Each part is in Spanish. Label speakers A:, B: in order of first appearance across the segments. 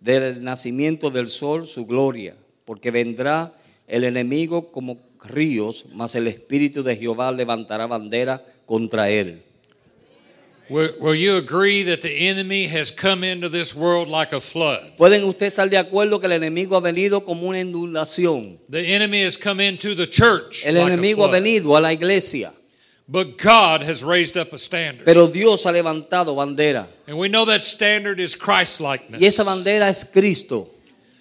A: del nacimiento del sol, su gloria, porque vendrá el enemigo como ríos, mas el Espíritu de Jehová levantará bandera contra él.
B: Will, will you agree that the enemy has come into this world like a flood?
A: ¿Pueden ustedes estar de acuerdo que el enemigo ha venido como una inundación?
B: The enemy has come into the church
A: El
B: like
A: enemigo ha
B: a flood.
A: venido a la iglesia,
B: But God has raised up a standard.
A: pero Dios ha levantado bandera.
B: and we know that standard is Christ-likeness.
A: Y esa bandera es Cristo.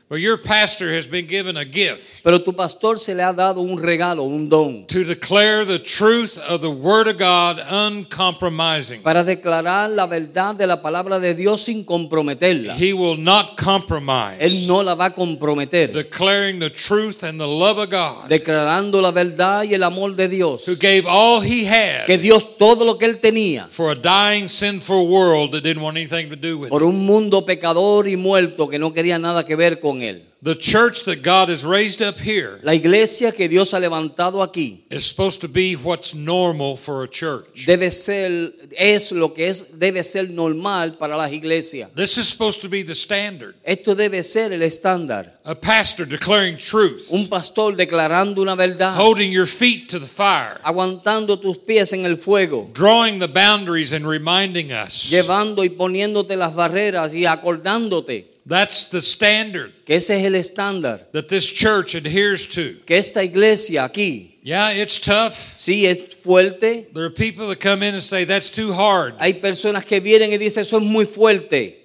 B: But your pastor has been given a gift
A: Pero tu pastor se le ha dado un regalo, un don,
B: to declare the truth of the Word of God uncompromising.
A: para declarar la verdad de la palabra de Dios sin comprometerla.
B: He will not compromise.
A: Él no la va a comprometer.
B: declaring the truth and the love of God
A: declarando la verdad y el amor de Dios.
B: who gave all he had
A: Que Dios todo lo que él tenía
B: for a dying sinful world that didn't want anything to do with
A: por
B: it.
A: un mundo pecador y muerto que no quería nada que ver con él.
B: The church that God has raised up here
A: La iglesia que Dios ha levantado aquí
B: is supposed to be what's normal for a church.
A: debe ser es lo que es debe ser normal para las iglesias.
B: This is supposed to be the standard.
A: Esto debe ser el estándar.
B: A pastor declaring truth,
A: Un pastor declarando una verdad,
B: holding your feet to the fire,
A: aguantando tus pies en el fuego,
B: drawing the boundaries and reminding us.
A: llevando y poniéndote las barreras y acordándote
B: That's the standard
A: que ese es el estándar
B: that this church adheres to.
A: que esta iglesia aquí
B: Yeah, it's tough.
A: Sí, es fuerte.
B: There are people that come in and say that's too hard.
A: Hay personas que vienen y dicen, eso es muy fuerte.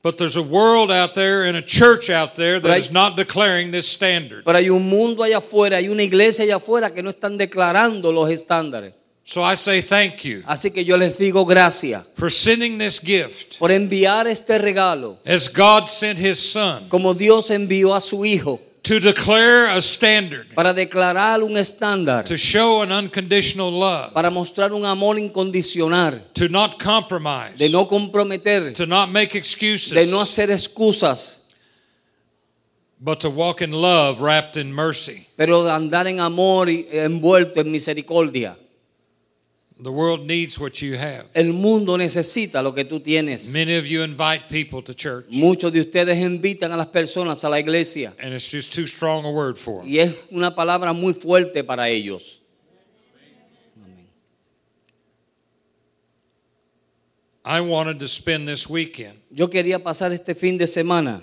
B: But there's a world out there and a church out there that is
A: Right.
B: not declaring this standard.
A: Pero hay un mundo allá afuera, hay una iglesia allá afuera que no están declarando los estándares.
B: So I say thank you
A: Así que yo les digo gracias
B: for sending this gift
A: por enviar este regalo,
B: as God sent his son
A: como Dios envió a su Hijo,
B: to declare a standard,
A: para declarar un estándar,
B: to show an unconditional love,
A: para mostrar un amor incondicional,
B: to not compromise,
A: de no comprometer,
B: to not make excuses,
A: de no hacer excusas,
B: but to walk in love wrapped in mercy.
A: pero de andar en amor y envuelto en misericordia.
B: The world needs what you have.
A: El mundo necesita lo que tú tienes.
B: Many of you invite people to church,
A: Muchos de ustedes invitan a las personas a la iglesia
B: and it's just too strong a word for them.
A: y es una palabra muy fuerte para ellos.
B: I wanted to spend this weekend
A: Yo quería pasar este fin de semana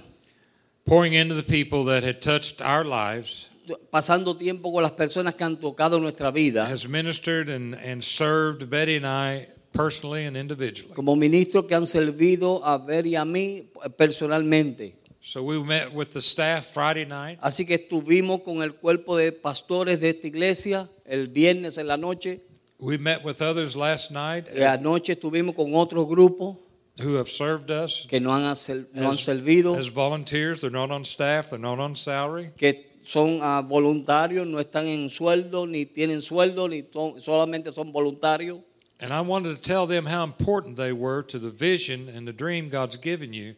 B: pouring into the people that had touched our lives.
A: pasando tiempo con las personas que han tocado nuestra vida
B: has ministered and, and served Betty and I personally and individually.
A: como ministros que han servido a ver y a mí personalmente.
B: So we met with the staff Friday night.
A: Así que estuvimos con el cuerpo de pastores de esta iglesia el viernes en la noche
B: We met with others last night
A: y anoche estuvimos con otros grupos
B: who have served us
A: que no han, hacer- no han
B: as,
A: servido,
B: as volunteers. They're not on staff, they're not on salary.
A: que son ah, voluntarios, no están en sueldo, ni tienen sueldo, ni son- solamente son voluntarios.
B: And I wanted to tell them how important they were to the vision and the dream God's given you,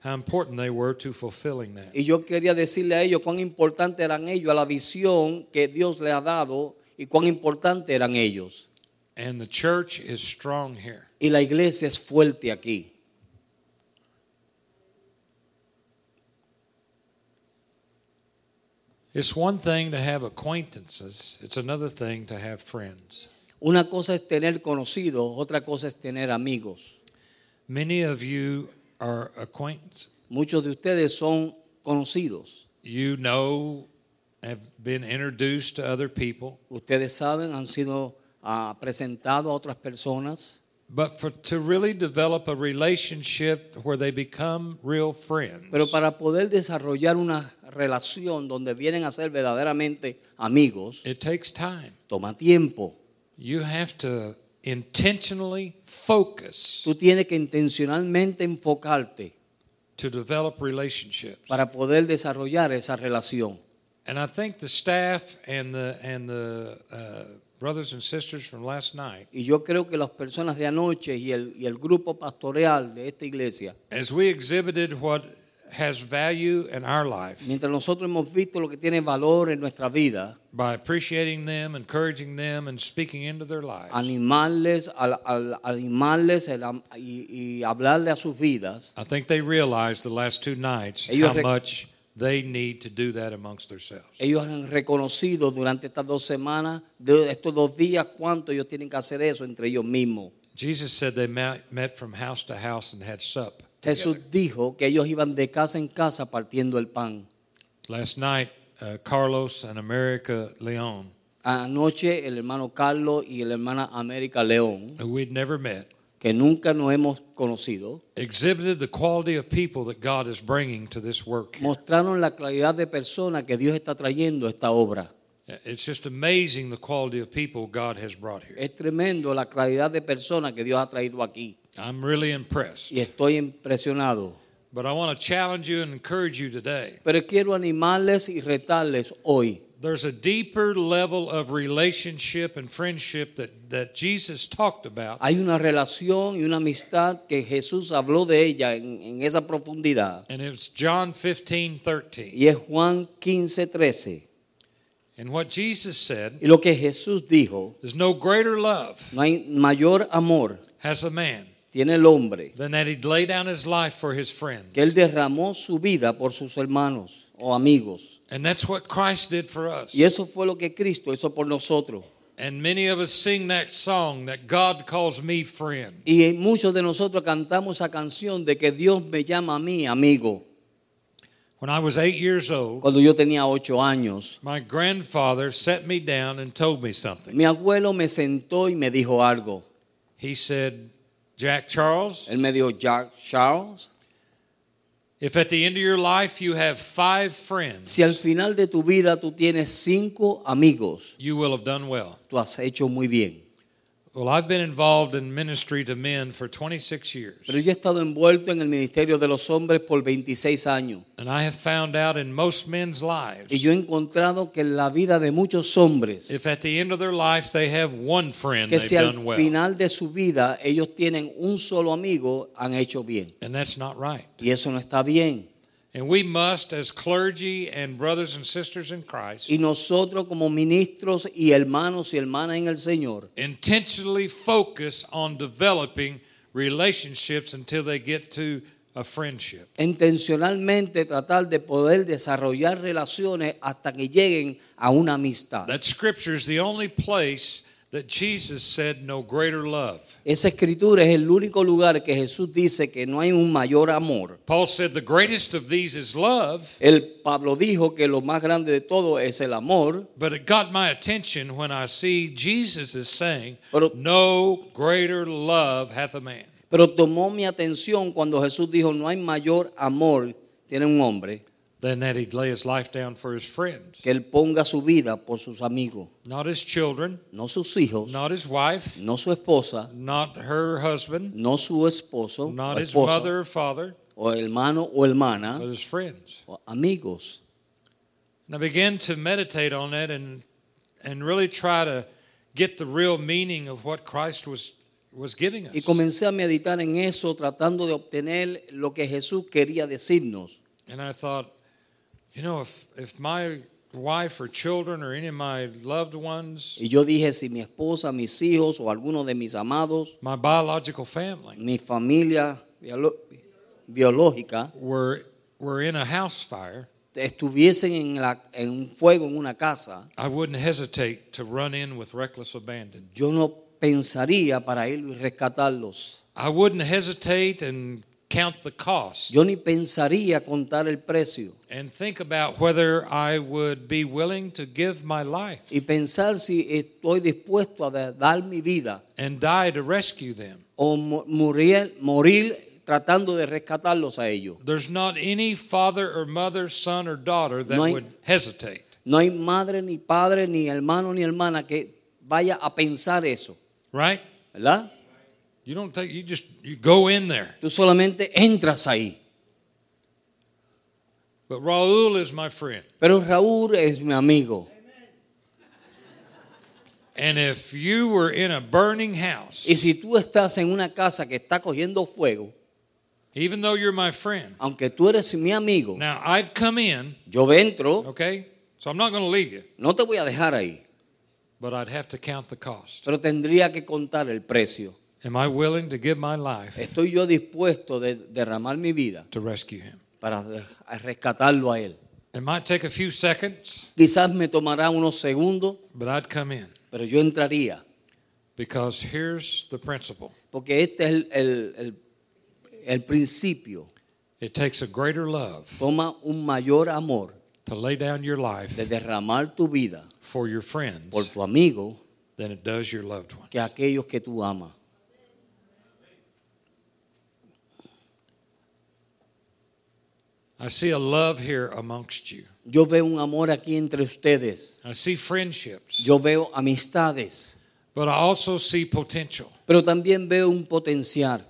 B: how important they were to fulfilling that.
A: Y yo quería decirle a ellos cuán importante eran ellos, a la visión que Dios les ha dado y cuán importante eran ellos.
B: And the church is strong here.
A: Y la iglesia es fuerte aquí.
B: It's one thing to have acquaintances, it's another thing to have friends.
A: Una cosa es tener conocidos, otra cosa es tener amigos.
B: Many of you are acquaintances.
A: Muchos de ustedes son conocidos.
B: You know, have been introduced to other people.
A: Ustedes saben, han sido ah, presentados a otras personas.
B: But for to really develop a relationship where they become real friends,
A: Pero para poder desarrollar una relación donde vienen a ser verdaderamente amigos,
B: it takes time.
A: toma tiempo.
B: You have to intentionally focus
A: Tú tienes que intencionalmente enfocarte
B: to develop relationships.
A: para poder desarrollar esa relación.
B: And I think the staff and the and the uh, brothers and sisters from last night,
A: Y yo creo que las personas de anoche y el, y el grupo pastoral de esta iglesia,
B: as we exhibited what has value in our life
A: mientras nosotros hemos visto lo que tiene valor en nuestra vida,
B: by appreciating them, encouraging them, and speaking into their lives,
A: animarles, al, al- animarles el am- y, y hablarle a sus vidas,
B: I think they realized the last two nights
A: Ellos
B: how
A: rec-
B: much they need to do that amongst themselves.
A: ellos han reconocido durante estas dos semanas, de estos dos días, cuánto ellos tienen que hacer eso entre ellos mismos.
B: Jesus said they met, met from house to house and had sup.
A: Jesús dijo que ellos iban de casa en casa partiendo el pan.
B: Last night, uh, Carlos and America Leon,
A: Anoche el hermano Carlos y la hermana América León,
B: who we'd never met,
A: que nunca nos hemos conocido,
B: exhibited the quality of people that God is bringing to this work.
A: mostraron la claridad de persona que Dios está trayendo a esta obra.
B: It's just amazing the quality of people God has brought here.
A: Es tremendo la claridad de persona que Dios ha traído aquí
B: I'm really impressed.
A: y estoy impresionado.
B: But I want to challenge you and encourage you today.
A: Pero quiero animarles y retarles hoy.
B: There's a deeper level of relationship and friendship that, that Jesus talked about
A: Hay una relación y una amistad que Jesús habló de ella en, en esa profundidad.
B: And it's John 15, 13.
A: Y es Juan 15, 13.
B: And what Jesus said
A: Y lo que Jesús dijo,
B: there's no greater love
A: no hay mayor amor
B: has a man
A: tiene el hombre
B: than that he'd lay down his life for his friends.
A: que él derramó su vida por sus hermanos o amigos.
B: And that's what Christ did for us.
A: Y eso fue lo que Cristo hizo por nosotros.
B: And many of us sing that song that God calls me friend.
A: Y muchos de nosotros cantamos esa canción de que Dios me llama a mí amigo.
B: When I was eight years old,
A: Cuando yo tenía ocho años,
B: my grandfather set me down and told me something.
A: mi abuelo me sentó y me dijo algo.
B: He said, Jack Charles,
A: Él me dijo, Jack Charles,
B: if at the end of your life you have five friends,
A: si al final de tu vida tú tienes cinco amigos,
B: you will have done well.
A: tú has hecho muy bien.
B: Well, I've been involved in ministry to men for 26 years.
A: Pero yo he estado envuelto en el ministerio de los hombres por 26 años.
B: And I have found out in most men's lives,
A: Y yo he encontrado que en la vida de muchos hombres,
B: if at the end of their life they have one friend,
A: que
B: they've
A: si al
B: done well.
A: final de su vida ellos tienen un solo amigo, han hecho bien.
B: And that's not right.
A: Y eso no está bien.
B: And we must, as clergy and brothers and sisters in Christ,
A: Y nosotros como ministros y hermanos y hermanas en el Señor,
B: intentionally focus on developing relationships until they get to a friendship.
A: intencionalmente tratar de poder desarrollar relaciones hasta que lleguen a una amistad.
B: That scripture is the only place that Jesus said, No greater love.
A: Esa escritura es el único lugar que Jesús dice que no hay un mayor amor.
B: Paul said, The greatest of these is love,
A: El Pablo dijo que lo más grande de todo es el amor,
B: but it got my attention when I see Jesus is saying,
A: Pero-
B: No greater love hath a man.
A: pero tomó mi atención cuando Jesús dijo no hay mayor amor tiene un hombre
B: Than that he'd lay his life down for his friends,
A: que él ponga su vida por sus amigos,
B: not his children,
A: no sus hijos,
B: not his wife,
A: no su esposa,
B: not her husband,
A: no su esposo,
B: not
A: o
B: his
A: esposa,
B: mother or father,
A: o hermano o hermana,
B: but his friends.
A: o amigos.
B: And I began to meditate on that and and really try to get the real meaning of what Christ was was giving
A: Y
B: us.
A: comencé a meditar en eso tratando de obtener lo que Jesús quería decirnos.
B: And I thought, you know, if if my wife or children or any of my loved ones,
A: Y yo dije, si mi esposa, mis hijos o alguno de mis amados,
B: my biological family
A: mi familia biolo- biológica,
B: were were in a house fire,
A: estuviesen en, la- en un fuego en una casa,
B: I wouldn't hesitate to run in with reckless abandon.
A: yo no pensaría para ir y rescatarlos.
B: I wouldn't hesitate and count the cost.
A: Yo ni pensaría contar el precio
B: and think about whether I would be willing to give my life
A: y pensar si estoy dispuesto a da- dar mi vida
B: and die to rescue them.
A: o mu- morir, morir tratando de rescatarlos a ellos.
B: There's not any father or mother, son or daughter that
A: No hay-
B: would hesitate,
A: No hay madre, ni padre, ni hermano, ni hermana que vaya a pensar eso,
B: right?
A: ¿verdad?
B: You don't take you just you go in there.
A: Tú solamente entras ahí.
B: But Raul is my friend.
A: Pero Raúl es mi amigo.
B: And if you were in a burning house,
A: Y si tú estás en una casa que está cogiendo fuego,
B: even though you're my friend,
A: aunque tú eres mi amigo,
B: now I'd come in,
A: yo entro,
B: okay? So I'm not going to leave you,
A: no te voy a dejar ahí,
B: but I'd have to count the cost.
A: pero tendría que contar el precio.
B: Am I willing to give my life
A: Estoy yo dispuesto de derramar mi vida
B: to rescue him?
A: para de- rescatarlo a él.
B: It might take a few seconds,
A: Quizás me tomará unos segundos,
B: but I'd come in
A: pero yo entraría,
B: because here's the principle
A: porque este es el, el- el- el principio.
B: it takes a greater love
A: Toma un mayor amor
B: to lay down your life
A: de derramar tu vida
B: for your
A: por
B: friends
A: tu amigo
B: than it does your loved one.
A: que aquellos que tú amas.
B: I see a love here amongst you,
A: Yo veo un amor aquí entre ustedes.
B: I see friendships,
A: Yo veo amistades,
B: but I also see potential.
A: pero también veo un potencial.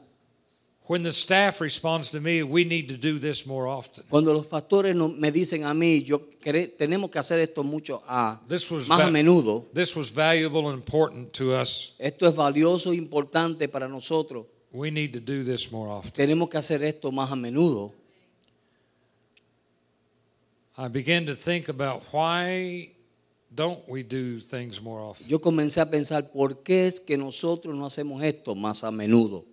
B: When the staff responds to me, we need to do this more often.
A: Cuando los pastores no- me dicen a mí, yo cre- tenemos que hacer esto mucho a-
B: This was
A: más a
B: va-
A: menudo.
B: This was valuable and important to us.
A: Esto es valioso e importante para nosotros.
B: We need to do this more often.
A: Tenemos que hacer esto más a menudo.
B: I began to think about why don't we do things more often?
A: Yo comencé a pensar, ¿por qué es que nosotros no hacemos esto más a menudo?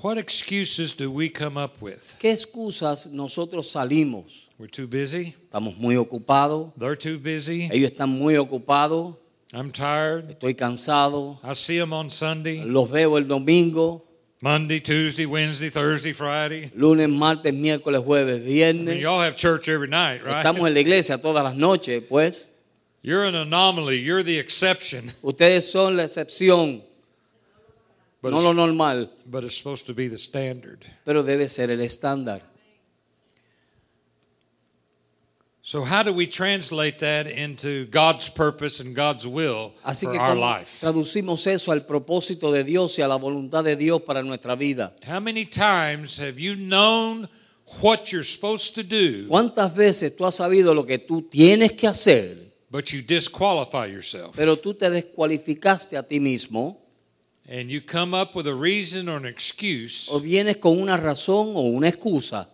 B: What excuses do we come up with?
A: ¿Qué excusas nosotros salimos?
B: We're too busy.
A: Estamos muy ocupados,
B: They're too busy.
A: ellos están muy ocupados,
B: I'm tired.
A: estoy cansado,
B: I see them on Sunday,
A: los veo el domingo,
B: Monday, Tuesday, Wednesday, Thursday, Friday.
A: lunes, martes, miércoles, jueves,
B: I mean,
A: viernes.
B: y'all have church every night,
A: Estamos
B: eh, right?
A: en la iglesia todas las noches, pues.
B: You're an anomaly. You're the exception.
A: Ustedes son la excepción,
B: But,
A: no lo
B: it's,
A: normal,
B: but it's supposed to be the standard.
A: pero debe ser el estándar.
B: So, how do we translate that into God's purpose and God's will
A: Así
B: for
A: que
B: our
A: ¿cómo
B: life?
A: traducimos eso al propósito de Dios y a la voluntad de Dios para nuestra vida.
B: How many times have you known what you're supposed to do,
A: ¿Cuántas veces tú has sabido lo que tú tienes que hacer,
B: but you disqualify yourself?
A: pero tú te descualificaste a ti mismo
B: And you come up with a reason or an excuse
A: o vienes con una razón o una excusa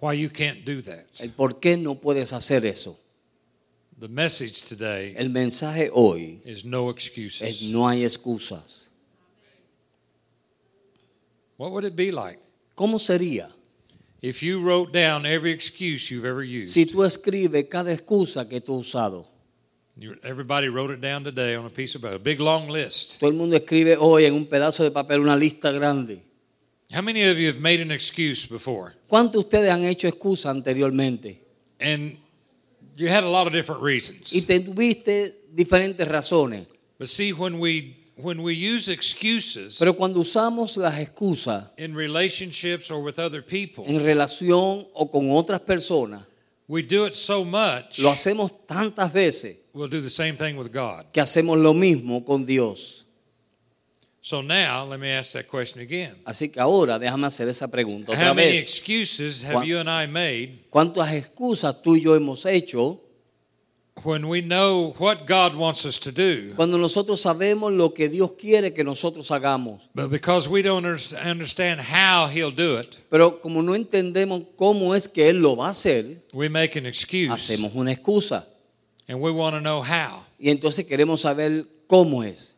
B: why you can't do that.
A: el por qué no puedes hacer eso?
B: The message today
A: El mensaje hoy
B: is no
A: es
B: excuses.
A: no hay excusas.
B: What would it be like
A: ¿Cómo sería
B: if you wrote down every excuse you've ever used?
A: si tú escribes cada excusa que tú has usado?
B: You- Everybody wrote it down today on a piece of paper, a big long list.
A: Todo el mundo escribe hoy en un pedazo de papel una lista grande.
B: How many of you have made an excuse before?
A: ¿Cuántos de ustedes han hecho excusa anteriormente?
B: And you had a lot of different
A: Y
B: reasons.
A: te tuviste diferentes razones.
B: But see, when we when we use excuses
A: Pero cuando usamos las excusas
B: in relationships or with other people,
A: en relación o con otras personas,
B: we do it so much.
A: lo hacemos tantas veces
B: We'll do the same thing with God.
A: que hacemos lo mismo con Dios.
B: So now, let me ask that question again.
A: Así que ahora déjame hacer esa pregunta
B: How
A: otra
B: many
A: vez.
B: excuses
A: Juan-
B: have you and I made
A: ¿Cuántas excusas tú y yo hemos hecho
B: when we know what God wants us to do,
A: cuando nosotros sabemos lo que Dios quiere que nosotros hagamos?
B: but because we don't underst- understand how He'll do it,
A: Pero como no entendemos cómo es que Él lo va a hacer,
B: we make an excuse
A: hacemos una excusa
B: and we want to know how.
A: y entonces queremos saber cómo es.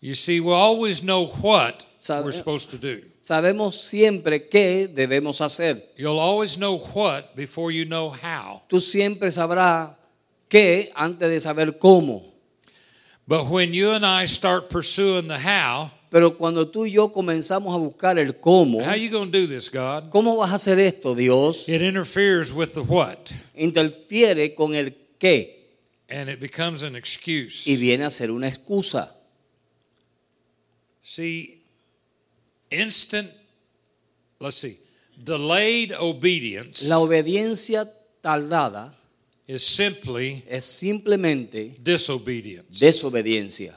B: You see, we always know what
A: Sabe-
B: we're supposed to do.
A: Sabemos siempre qué debemos hacer.
B: You'll always know what before you know how.
A: Tú siempre sabrás qué antes de saber cómo.
B: But when you and I start pursuing the how,
A: Pero cuando tú y yo comenzamos a buscar el cómo,
B: how you going to do this, God?
A: ¿cómo vas a hacer esto, Dios?
B: It interferes with the what,
A: Interfiere con el qué
B: and it becomes an excuse.
A: y viene a ser una excusa.
B: See, instant, let's see, delayed obedience
A: La obediencia tardada
B: is simply
A: es simplemente
B: disobedience.
A: desobediencia.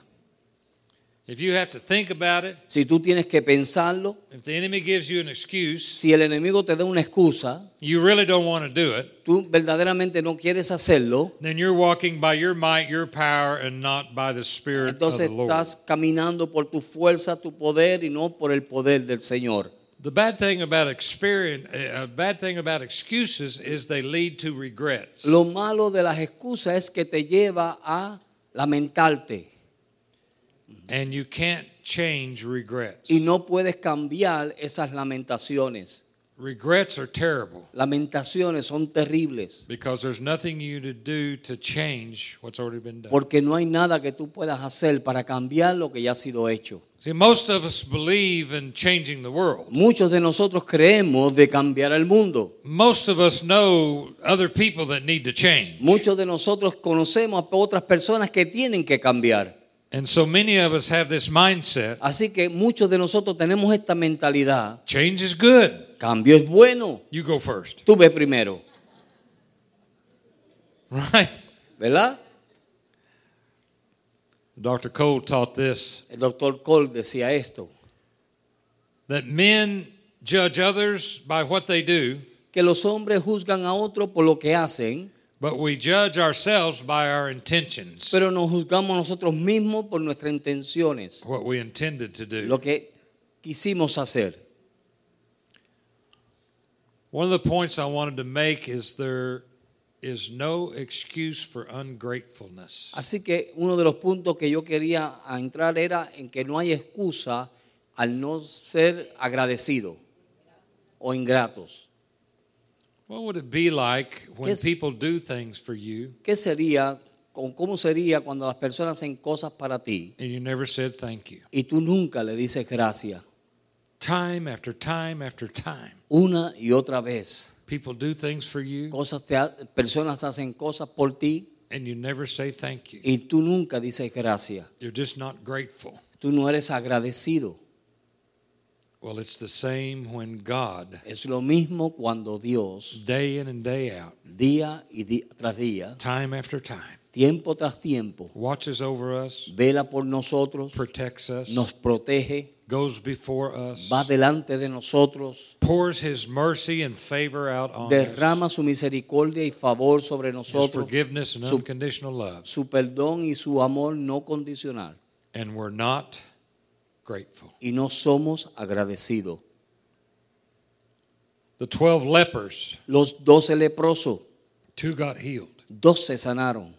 B: If you have to think about it,
A: Si tú tienes que pensarlo,
B: if the enemy gives you an excuse,
A: si el enemigo te da una excusa,
B: you really don't want to do it,
A: tú verdaderamente no quieres hacerlo,
B: then you're walking by your might, your power, and not by the Spirit of
A: entonces
B: the Lord.
A: estás caminando por tu fuerza, tu poder y no por el poder del Señor.
B: The bad thing about experience, a bad thing about excuses is they lead to regrets.
A: Lo malo de las excusas es que te lleva a lamentarte
B: And you can't change regrets.
A: y no puedes cambiar esas lamentaciones.
B: Regrets are terrible
A: Lamentaciones son terribles
B: because there's nothing you to do to change what's already been done.
A: porque no hay nada que tú puedas hacer para cambiar lo que ya ha sido hecho.
B: See, most of us believe in changing the world.
A: Muchos de nosotros creemos de cambiar el mundo.
B: Most of us know other people that need to change.
A: Muchos de nosotros conocemos a otras personas que tienen que cambiar.
B: And so many of us have this mindset
A: Así que muchos de nosotros tenemos esta mentalidad.
B: change is good.
A: Cambio es bueno.
B: You go first,
A: Tú ves primero,
B: right?
A: ¿verdad?
B: Dr. Cole taught this
A: El doctor Cole decía esto,
B: that men judge others by what they do,
A: que los hombres juzgan a otros por lo que hacen,
B: but we judge ourselves by our intentions,
A: pero nos juzgamos nosotros mismos por nuestras intenciones,
B: what we intended to do.
A: lo que quisimos hacer.
B: One of the points I wanted to make is there is no excuse for ungratefulness.
A: Así que uno de los puntos que yo quería a entrar era en que no hay excusa al no ser agradecido o ingratos.
B: What would it be like when
A: Yes.
B: people do things for you
A: ¿Qué sería, con cómo sería cuando las personas hacen cosas para ti
B: and you never said thank you?
A: y tú nunca le dices gracias?
B: Time after time after time.
A: Una y otra vez.
B: People do things for you
A: Cosas te ha- personas hacen cosas por ti
B: and you never say thank you.
A: y tú nunca dices gracias.
B: You're just not grateful.
A: Tú no eres agradecido.
B: Well, it's the same when God,
A: Es lo mismo cuando Dios,
B: day in and day out,
A: día y di- tras día,
B: time after time,
A: tiempo tras tiempo,
B: watches over us,
A: vela por nosotros,
B: protects us,
A: nos protege,
B: goes before us,
A: va delante de nosotros,
B: pours his mercy and favor out on us.
A: derrama su misericordia y favor sobre
B: His
A: nosotros,
B: forgiveness and
A: su-
B: unconditional love,
A: su perdón y su amor no condicional.
B: and we're not grateful.
A: Y no somos agradecidos.
B: The 12 lepers,
A: Los doce leprosos,
B: two got healed.
A: dos se sanaron.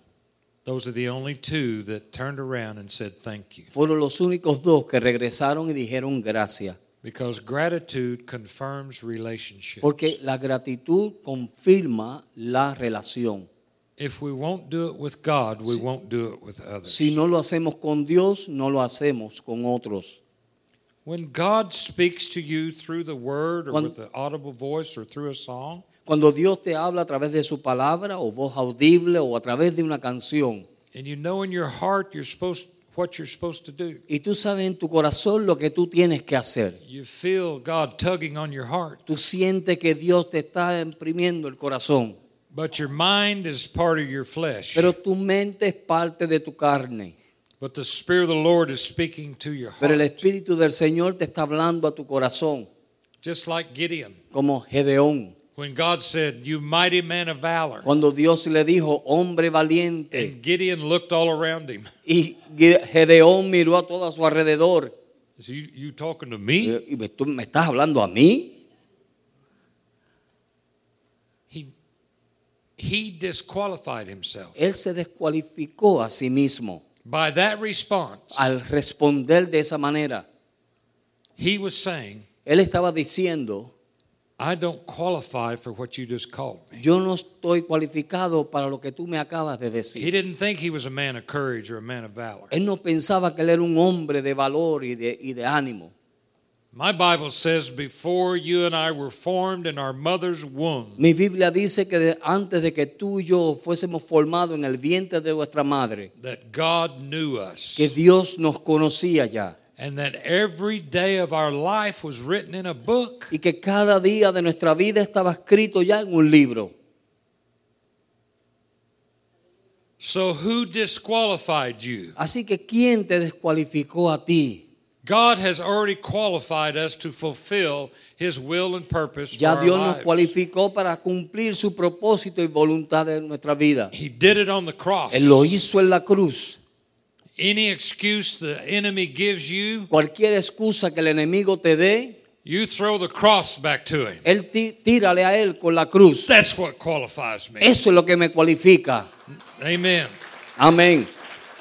B: Those are the only two that turned around and said thank you.
A: Fueron los únicos dos que regresaron y dijeron gracias.
B: Because gratitude confirms relationship.
A: Porque la gratitud confirma la relación.
B: If we won't do it with God, we won't do it with others.
A: Si no lo hacemos con Dios, no lo hacemos con otros.
B: when God speaks to you through the word or
A: Cuando-
B: with an audible voice or through a song,
A: Cuando Dios te habla a través de su palabra o voz audible o a través de una canción,
B: and you know in your heart you're supposed what you're supposed to do.
A: y tú sabes en tu corazón lo que tú tienes que hacer,
B: You feel God tugging on your heart.
A: tú sientes que Dios te está imprimiendo el corazón,
B: But your mind is part of your flesh.
A: pero tu mente es parte de tu carne,
B: but the Spirit of the Lord is speaking to your heart.
A: pero el Espíritu del Señor te está hablando a tu corazón,
B: Just like Gideon,
A: como Gedeón,
B: when God said, You mighty man of valor.
A: cuando Dios le dijo, hombre valiente,
B: And Gideon looked all around him.
A: Y Gedeón miró a todo a su alrededor.
B: Is you, you talking to me?
A: Y me- tú me estás hablando a mí.
B: He, he disqualified himself.
A: Él se descualificó a sí mismo
B: By that response,
A: al responder de esa manera.
B: he was saying,
A: Él estaba diciendo,
B: I don't qualify for what you just called me.
A: yo no estoy cualificado para lo que tú me acabas de
B: He
A: decir.
B: didn't think he was a man of courage or a man of valor.
A: Él no pensaba que él era un hombre de valor y de, y de ánimo.
B: My Bible says, Before you and I were formed in our mother's womb,
A: Mi Biblia dice que de- antes de que tú y yo fuésemos formados en el vientre de vuestra madre,
B: that God knew us,
A: que Dios nos conocía ya
B: and that every day of our life was written in a book.
A: y que cada día de nuestra vida estaba escrito ya en un libro.
B: So who disqualified you?
A: Así que ¿quién te descualificó a ti?
B: God has already qualified us to fulfill His will and purpose
A: Ya
B: for
A: Dios
B: our
A: nos
B: lives.
A: cualificó para cumplir su propósito y voluntad en nuestra vida.
B: He did it on the cross.
A: Él lo hizo en la cruz.
B: Any excuse the enemy gives you,
A: Cualquier excusa que el enemigo te dé,
B: you throw the cross back to him.
A: él ti- tírale a él con la cruz.
B: That's what qualifies me.
A: Eso es lo que me cualifica.
B: Amen.
A: Amén.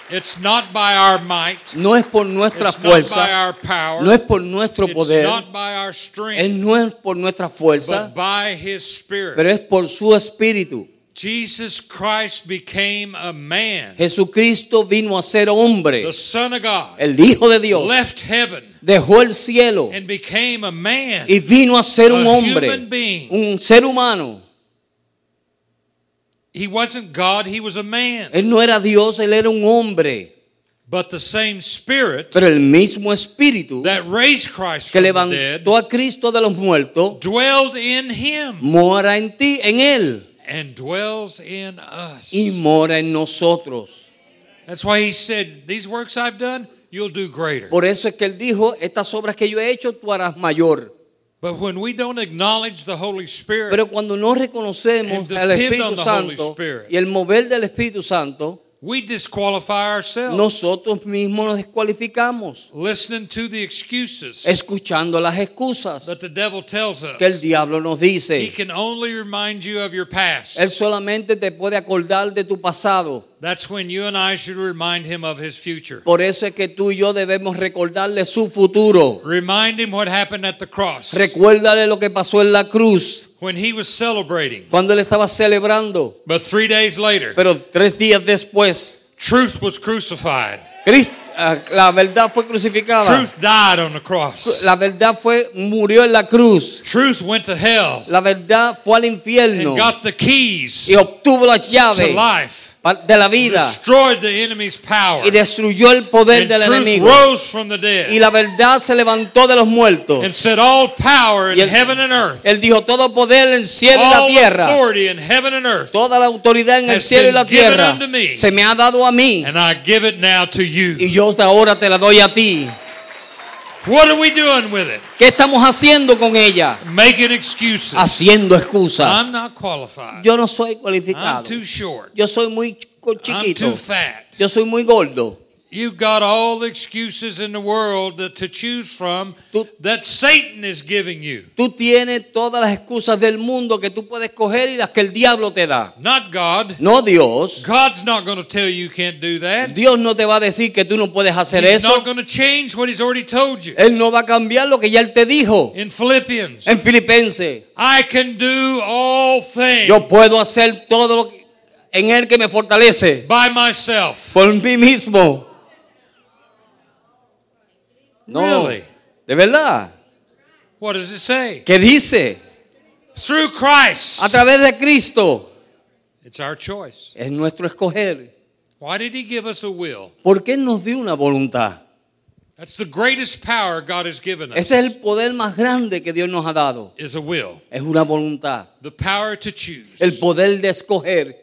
B: It's not by our might.
A: No es por nuestra
B: It's not by
A: fuerza,
B: our power.
A: no es por nuestro
B: It's
A: poder,
B: not by our strength.
A: él no es por nuestra
B: But
A: fuerza,
B: by His Spirit.
A: pero es por su espíritu.
B: Jesus Christ became a man,
A: Jesucristo vino a ser hombre,
B: the Son of God,
A: el Hijo de Dios.
B: left heaven
A: Dejó el cielo
B: and became a man.
A: y vino a ser un
B: a
A: hombre,
B: human being.
A: un ser humano.
B: He wasn't God, he was a man.
A: Él no era Dios, él era un hombre.
B: But the same Spirit
A: Pero el mismo espíritu
B: that raised Christ
A: que
B: from the dead
A: levantó a Cristo de los muertos
B: dwelled in him
A: mora en ti, en él,
B: and dwells in us.
A: y mora en nosotros.
B: That's why he said, These works I've done, you'll do greater.
A: Por eso es que él dijo, estas obras que yo he hecho tú harás mayor.
B: But when we don't acknowledge the Holy Spirit,
A: Pero cuando no reconocemos
B: And
A: al
B: depend
A: Espíritu
B: on the Holy
A: Santo
B: Spirit.
A: y el mover del Espíritu Santo,
B: we disqualify ourselves.
A: nosotros mismos nos descualificamos,
B: Listening to the excuses
A: escuchando las excusas
B: that the devil tells us.
A: que el diablo nos
B: He
A: dice.
B: can only remind you of your past.
A: Él solamente te puede acordar de tu pasado.
B: That's when you and I should remind him of his future.
A: Por eso es que tú y yo debemos recordarle su futuro.
B: Remind him what happened at the cross.
A: Recuérdale lo que pasó en la cruz,
B: when he was celebrating.
A: cuando él estaba celebrando.
B: But three days later,
A: Pero tres días después,
B: truth was crucified.
A: Cristo- ah, la verdad fue crucificada.
B: Truth died on the cross.
A: La verdad fue, murió en la cruz.
B: Truth went to hell
A: La verdad fue al infierno
B: and got the keys
A: y obtuvo las
B: to
A: llaves
B: life,
A: pa- de la vida
B: destroyed the enemy's power,
A: y destruyó el poder
B: and
A: del
B: truth
A: enemigo.
B: rose from the
A: Y
B: dead
A: la verdad se levantó de los
B: and
A: muertos.
B: said, All power in
A: Y él-
B: heaven and earth,
A: Él dijo, todo poder en el cielo y la
B: all
A: tierra.
B: authority in heaven and earth,
A: Toda la autoridad en el
B: has
A: cielo y
B: been
A: la
B: given
A: tierra
B: unto me.
A: se me ha dado a mí
B: and I give it now to
A: y
B: you.
A: yo hasta ahora te la doy a ti.
B: What are we doing with it?
A: ¿Qué estamos haciendo con ella?
B: Making excuses.
A: Haciendo
B: I'm
A: excusas.
B: not qualified.
A: Yo no soy
B: I'm
A: cualificado.
B: too short.
A: Yo soy muy chico-
B: I'm
A: chiquito.
B: too fat.
A: Yo soy muy gordo.
B: You've got all the excuses in the world to, to choose from
A: Tú-
B: that Satan is giving you,
A: Tú tienes todas las excusas del mundo que tú puedes coger y las que el diablo te da.
B: not God.
A: No Dios.
B: God's not going to tell you you can't do that.
A: Dios no te va a decir que tú no puedes hacer
B: He's
A: eso.
B: not going to change what He's already told you.
A: Él no va a cambiar lo que ya él te dijo.
B: In Philippians,
A: En Filipenses.
B: I can do all things
A: Yo puedo hacer todo lo que- en él que me fortalece
B: by myself.
A: por mí mismo. No,
B: Really?
A: de verdad.
B: What does it say?
A: ¿Qué dice?
B: Through
A: A
B: Christ.
A: través de Cristo
B: It's our choice.
A: es nuestro escoger.
B: Why did He give us a will?
A: Porque él nos dio una voluntad.
B: That's the greatest power God has given us.
A: Ese es el poder más grande que Dios nos ha dado.
B: Is a will,
A: Es una voluntad.
B: the power to choose.
A: El poder de escoger.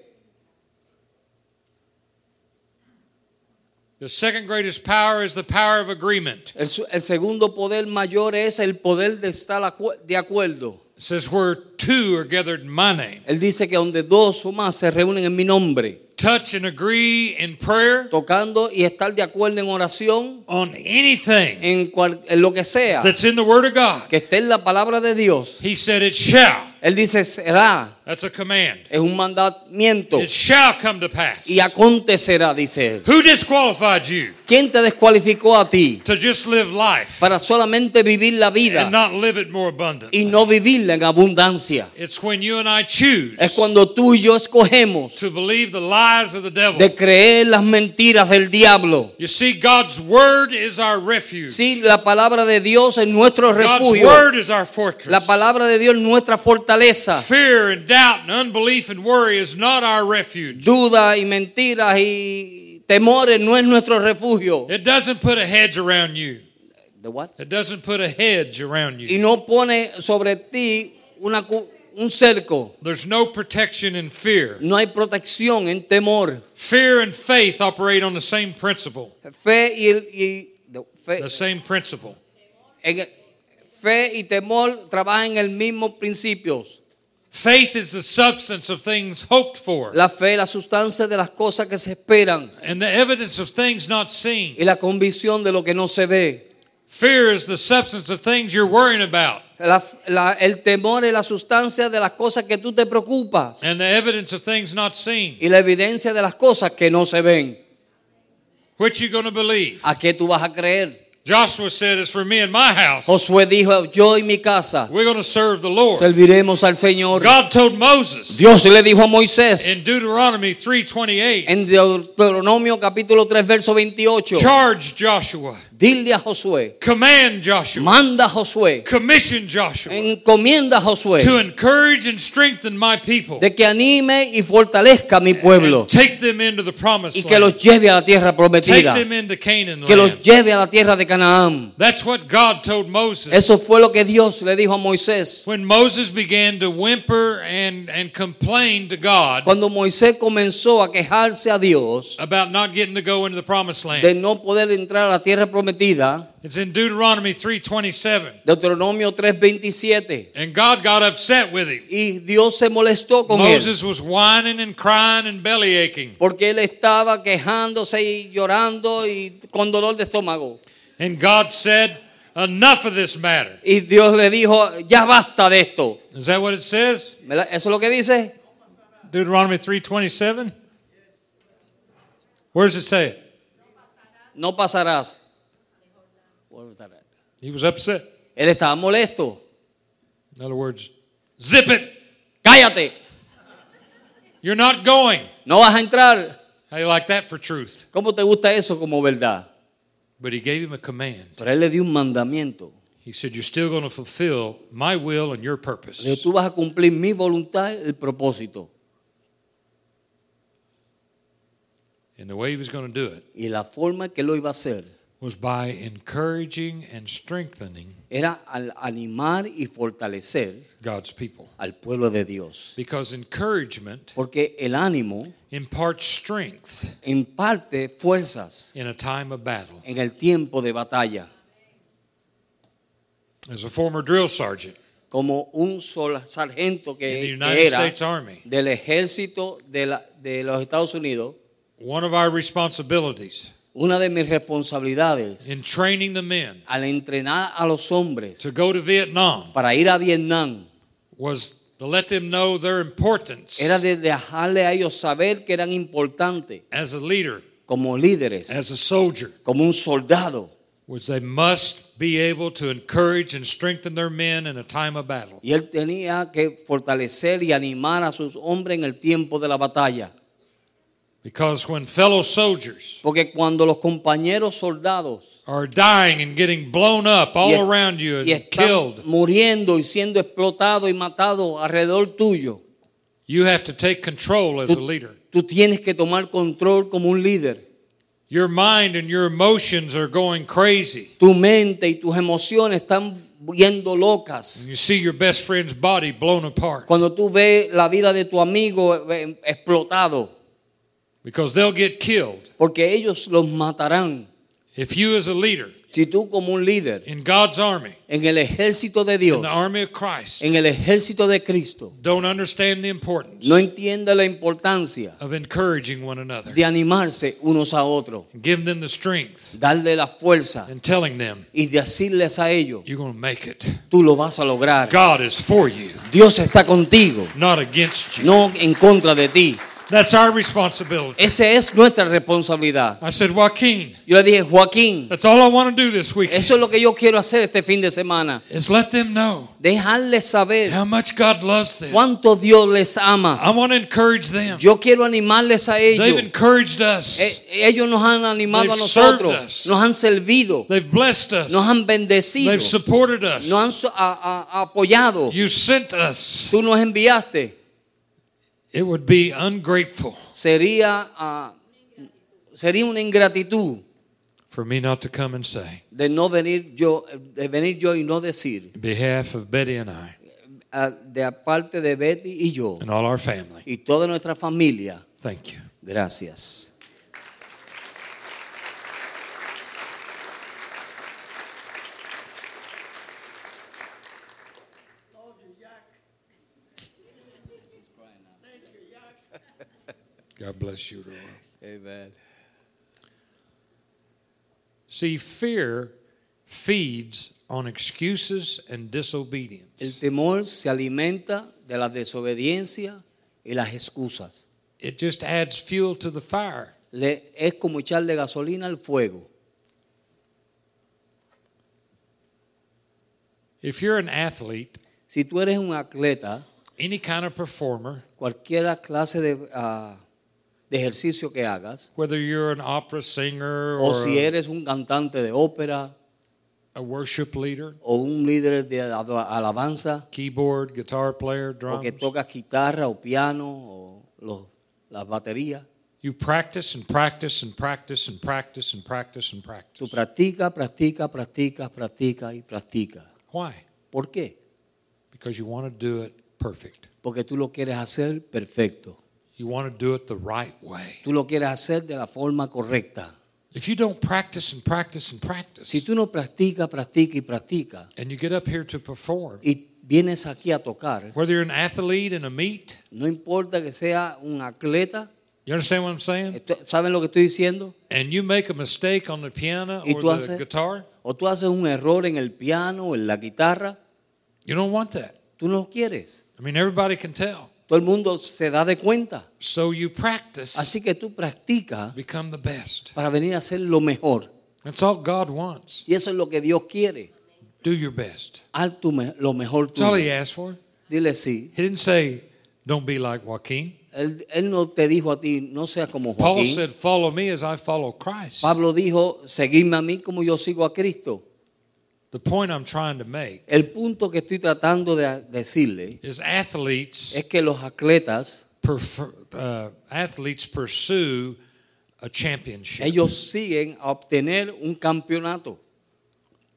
B: The second greatest power is the power of agreement.
A: El, su- el segundo poder mayor es el poder de estar acu- de acuerdo.
B: It says where two are gathered in my name.
A: Él dice que donde dos o más se reúnen en mi nombre,
B: Touch and agree in prayer
A: tocando y estar de acuerdo en oración,
B: on anything
A: en, cual- en lo que sea,
B: that's in the Word of God.
A: que esté en la palabra de Dios.
B: He said it shall.
A: Él dice, será,
B: That's a command.
A: es un mandamiento
B: It shall come to pass.
A: y acontecerá, dice él.
B: Who disqualified you
A: ¿Quién te descualificó a ti
B: to just live life
A: para solamente vivir la
B: and
A: vida
B: not live it more abundant?
A: y no vivirla en abundancia?
B: It's when you and I choose
A: Es cuando tú y yo escogemos
B: to believe the lies of the devil.
A: de creer las mentiras del diablo.
B: You see, God's Word is our refuge.
A: Sí, la palabra de Dios es nuestro
B: God's
A: refugio.
B: Word is our
A: La
B: fortress.
A: palabra de Dios es nuestra fortaleza.
B: Fear and doubt and unbelief and worry is not our refuge.
A: Dudas y mentiras y temores no es nuestro refugio.
B: It doesn't put a hedge around you.
A: ¿De what?
B: It doesn't put a hedge around
A: Y
B: you.
A: no pone sobre ti una, cu- un cerco.
B: There's no protection in fear.
A: No hay protección en temor.
B: Fear and faith operate on the same principle.
A: Fe y, el- y- de- fe,
B: The same principle.
A: en- fe y temor trabajan en el mismo principio.
B: Faith is the substance of things hoped for
A: La fe, la sustancia de las cosas que se esperan
B: and the evidence of things not seen.
A: y la convicción de lo que no se ve.
B: Fear is the substance of things you're worrying about
A: La- la- el temor es la sustancia de las cosas que tú te preocupas
B: and the evidence of things not seen.
A: y la evidencia de las cosas que no se ven.
B: Which you going to believe?
A: ¿A qué tú vas a creer?
B: Joshua said, "It's for me and my house.
A: Josué dijo, yo y mi casa
B: We're going to serve the Lord."
A: serviremos al Señor.
B: God told Moses
A: Dios le dijo a Moisés
B: in Deuteronomy 3:28,
A: en Deuteronomio capítulo 3 verso 28,
B: "Charge Joshua,
A: dile a Josué,
B: command Joshua,
A: manda a Josué,
B: commission Joshua
A: encomienda a Josué
B: to encourage and strengthen my people
A: de que anime y fortalezca a mi pueblo
B: and take them into the promised
A: y que los
B: land.
A: lleve a la tierra
B: Take
A: prometida,
B: them into Canaan
A: que los
B: land."
A: lleve a la tierra de Canaán.
B: That's what God told Moses.
A: Eso fue lo que Dios le dijo a Moisés.
B: When Moses began to whimper and and complain to God
A: Cuando Moisés comenzó a quejarse a Dios
B: about not getting to go into the promised
A: de
B: land.
A: no poder entrar a la tierra prometida,
B: It's in Deuteronomy 3:27.
A: Deuteronomio 3:27,
B: And God got upset with him.
A: y Dios se molestó con él
B: Moses was whining and crying and belly aching.
A: porque él estaba quejándose y llorando y con dolor de estómago.
B: And God said, Enough of this matter.
A: Y Dios le dijo, ya basta de esto.
B: Is that what it says?
A: ¿Verdad? ¿Eso es lo que dice?
B: Deuteronomy 3.27? Where does it say it?
A: No pasarás.
B: He was upset.
A: Él estaba molesto.
B: In other words, zip it.
A: Cállate,
B: You're not going.
A: no vas a entrar.
B: How you like that for truth?
A: ¿Cómo te gusta eso como verdad?
B: But he gave him a command.
A: Pero él le dio un mandamiento.
B: He said, You're still going to fulfill my will and your
A: Le dijo,
B: purpose.
A: tú vas a cumplir mi voluntad, el propósito.
B: And the way he was going to do it
A: Y la forma que lo iba a hacer
B: was by encouraging and strengthening
A: era al animar y fortalecer
B: God's people.
A: al pueblo de Dios.
B: Because encouragement
A: Porque el ánimo
B: imparts strength
A: imparte fuerzas
B: in a time of battle.
A: en el tiempo de batalla.
B: As a former drill sergeant
A: Como un sol- sargento
B: in the
A: que, que
B: United
A: era
B: States Army,
A: del ejército de, la- de los Estados Unidos,
B: one of our responsibilities
A: una de mis responsabilidades
B: in training the men
A: al entrenar a los hombres
B: to go to Vietnam
A: para ir a Vietnam
B: was to let them know their importance
A: era de dejarle a ellos saber que eran importantes
B: as a leader,
A: como líderes,
B: as a soldier,
A: como un soldado.
B: was they must be able to encourage and strengthen their men in a time of battle.
A: Y él tenía que fortalecer y animar a sus hombres en el tiempo de la batalla.
B: Because when fellow soldiers
A: Porque cuando los compañeros soldados
B: are dying and getting blown up all
A: y es-
B: around you and
A: y están
B: killed,
A: muriendo y siendo explotados y matados alrededor tuyo,
B: you have to take control as a leader.
A: tú tienes que tomar control como un líder.
B: Your mind and your emotions are going crazy.
A: Tu mente y tus emociones están yendo locas.
B: You see your best friend's body blown apart
A: Cuando tú ves la vida de tu amigo eh, explotado,
B: because they'll get killed
A: porque ellos los matarán.
B: if you, as a leader
A: Si tú como un líder
B: in God's army,
A: en el ejército de
B: in
A: Dios,
B: the army of Christ,
A: en el ejército de Cristo,
B: don't understand the importance
A: no entiende la importancia
B: of encouraging one another,
A: de animarse unos a otros,
B: giving them the strength,
A: darle la fuerza
B: and telling them,
A: y decirles a ellos,
B: You're going to make it.
A: tú lo vas a lograr.
B: God is for you,
A: Dios está contigo,
B: not against you.
A: no en contra de ti.
B: That's our responsibility.
A: Esa es nuestra responsabilidad.
B: I said, Joaquin,
A: Yo le dije, Joaquín,
B: that's all I want to do this weekend
A: eso es lo que yo quiero hacer este fin de semana.
B: is let them know
A: Dejarles saber
B: how much God loves them.
A: cuánto Dios les ama.
B: I want to encourage them.
A: Yo quiero animarles a
B: They've
A: ellos.
B: encouraged us.
A: Eh, Ellos nos han animado a
B: They've served
A: nosotros,
B: us.
A: nos han servido,
B: They've blessed us.
A: nos han bendecido,
B: They've supported us.
A: nos han so- a- a- apoyado.
B: You sent us.
A: Tú nos enviaste.
B: It would be ungrateful
A: Sería, ah, sería una ingratitud
B: for me not to come and say,
A: de no venir yo, de venir yo y no decir
B: in behalf of Betty and I,
A: a- de aparte de Betty y yo
B: and all our family.
A: y toda nuestra familia.
B: Thank you.
A: Gracias.
B: God bless you, Roy. See, fear feeds on excuses and
A: El
B: disobedience.
A: temor se alimenta de la desobediencia y las excusas.
B: It just adds fuel to the fire.
A: Le- es como echarle gasolina al fuego.
B: If you're an athlete,
A: Si tú eres un atleta,
B: any kind of performer,
A: cualquier clase de, ah, de ejercicio que hagas,
B: whether you're an opera singer
A: o
B: or
A: si eres un cantante de ópera
B: a worship leader,
A: o un líder de ad- alabanza,
B: keyboard, guitar player,
A: o que
B: drums,
A: tocas guitarra o piano o los- las baterías,
B: you practice and practice and practice and practice and practice and
A: tú
B: practice.
A: practica, practica, practica, practica y practica.
B: Why?
A: ¿Por qué?
B: Because you want to do it perfect.
A: Porque tú lo quieres hacer perfecto.
B: You want to do it the right way.
A: Tú lo quieres hacer de la forma correcta.
B: If you don't practice and practice and practice,
A: Si tú no practicas, practica y practica
B: and you get up here to perform,
A: y vienes aquí a tocar,
B: whether you're an athlete in a meet,
A: no importa que sea un atleta,
B: you understand what I'm saying?
A: esto- ¿saben lo que estoy diciendo?
B: And you make a mistake on the piano
A: Y
B: or
A: tú
B: the
A: haces-
B: guitar,
A: O tú haces un error en el piano o en la guitarra,
B: you don't want that.
A: tú no lo quieres.
B: I mean, everybody can tell.
A: Todo el mundo se da de cuenta.
B: So you practice,
A: Así que tú practicas
B: become the best.
A: para venir a hacer lo mejor.
B: That's all God wants.
A: Y eso es lo que Dios quiere.
B: Do your best.
A: Haz tu me- lo mejor
B: That's all
A: tuyo.
B: He asked for.
A: Dile sí.
B: He didn't say, "Don't be like Joaquin."
A: Él, él no te dijo a ti, no seas como
B: Paul
A: Joaquín.
B: said, "Follow me as I follow Christ."
A: Pablo dijo, seguidme a mí como yo sigo a Cristo.
B: The point I'm trying to make
A: El punto que estoy tratando de decirle
B: is athletes
A: es que los atletas,
B: prefer, uh, athletes pursue a championship.
A: ellos siguen a obtener un campeonato.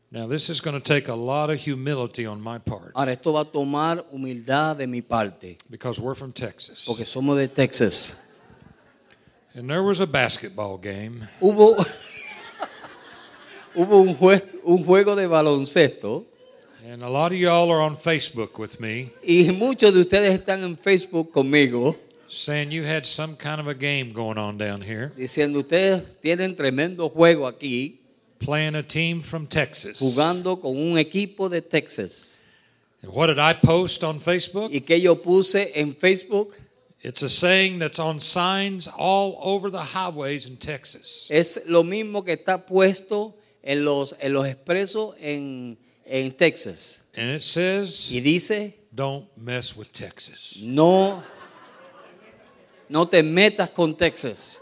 B: Now, this is going to take a lot of humility on my part
A: Ahora, esto va a tomar humildad de mi parte,
B: because we're from Texas.
A: porque somos de Texas.
B: And there was a basketball game,
A: Hubo, hubo un, jue- un juego de baloncesto
B: and a lot of y'all are on Facebook with me
A: y muchos de ustedes están en Facebook conmigo
B: saying you had some kind of a game going on down here,
A: diciendo, ustedes tienen tremendo juego aquí,
B: playing a team from Texas.
A: jugando con un equipo de Texas.
B: And what did I post on Facebook?
A: ¿Y que yo puse en Facebook?
B: It's a saying that's on signs all over the highways in Texas.
A: Es lo mismo que está puesto en los, en los expresos en, en Texas.
B: And it says,
A: Y dice,
B: don't mess with Texas.
A: no, no te metas con Texas.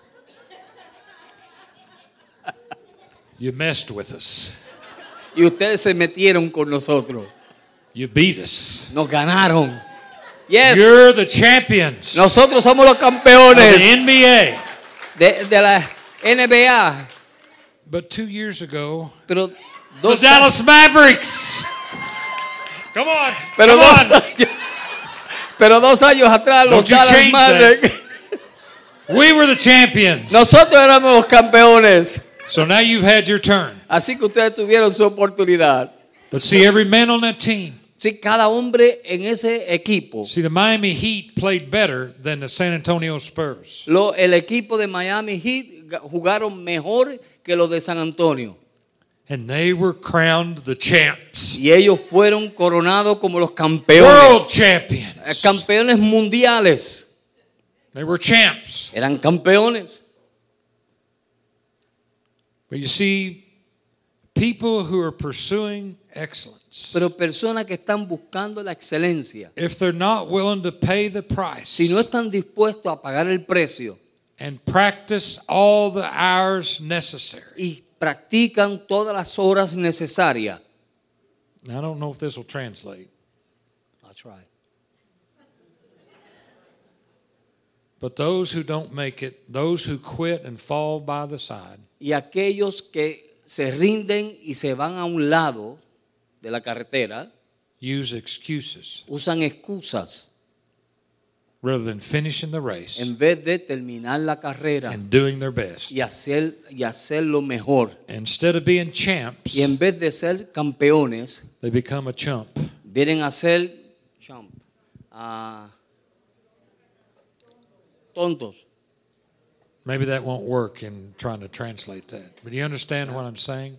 B: You messed with us.
A: Y ustedes se metieron con nosotros.
B: You beat us.
A: Nos ganaron. Yes,
B: You're the champions of
A: nosotros somos los
B: the
A: campeones
B: NBA.
A: de, de la NBA.
B: But two years ago,
A: Pero
B: the
A: dos,
B: Dallas Mavericks. Come on.
A: pero
B: come
A: dos
B: on.
A: años, pero dos años atrás los
B: Don't you
A: Dallas
B: change that.
A: Mavericks,
B: We were the champions.
A: nosotros éramos los campeones.
B: So now you've had your turn.
A: Así que ustedes tuvieron su oportunidad.
B: But see, every man on that team.
A: Sí, cada hombre en ese equipo.
B: See, the Miami Heat played better than the San Antonio Spurs.
A: Lo- el equipo de Miami Heat ga- jugaron mejor que los de San Antonio.
B: And they were crowned the champs.
A: Y ellos fueron coronados como los
B: World
A: campeones. Eh,
B: champions.
A: Campeones mundiales.
B: They were champs.
A: Eran campeones.
B: But you see, people who are pursuing excellence,
A: Pero personas que están buscando la excelencia.
B: if they're not willing to pay the price
A: Si no están dispuestos a pagar el precio
B: and practice all the hours necessary.
A: y practican todas las horas necesarias.
B: Now, I don't know if this will translate,
A: I'll try.
B: but those who don't make it, those who quit and fall by the side,
A: Y aquellos que se rinden y se van a un lado de la carretera,
B: use excuses
A: Usan excusas
B: rather than finishing the race
A: en vez de terminar la carrera
B: and doing their best.
A: y hacer, y hacer lo mejor.
B: Instead of being champs,
A: Y en vez de ser campeones,
B: they become a chump.
A: vienen a ser chump, ah, tontos.
B: Maybe that won't work in trying to translate that. But you understand what I'm saying?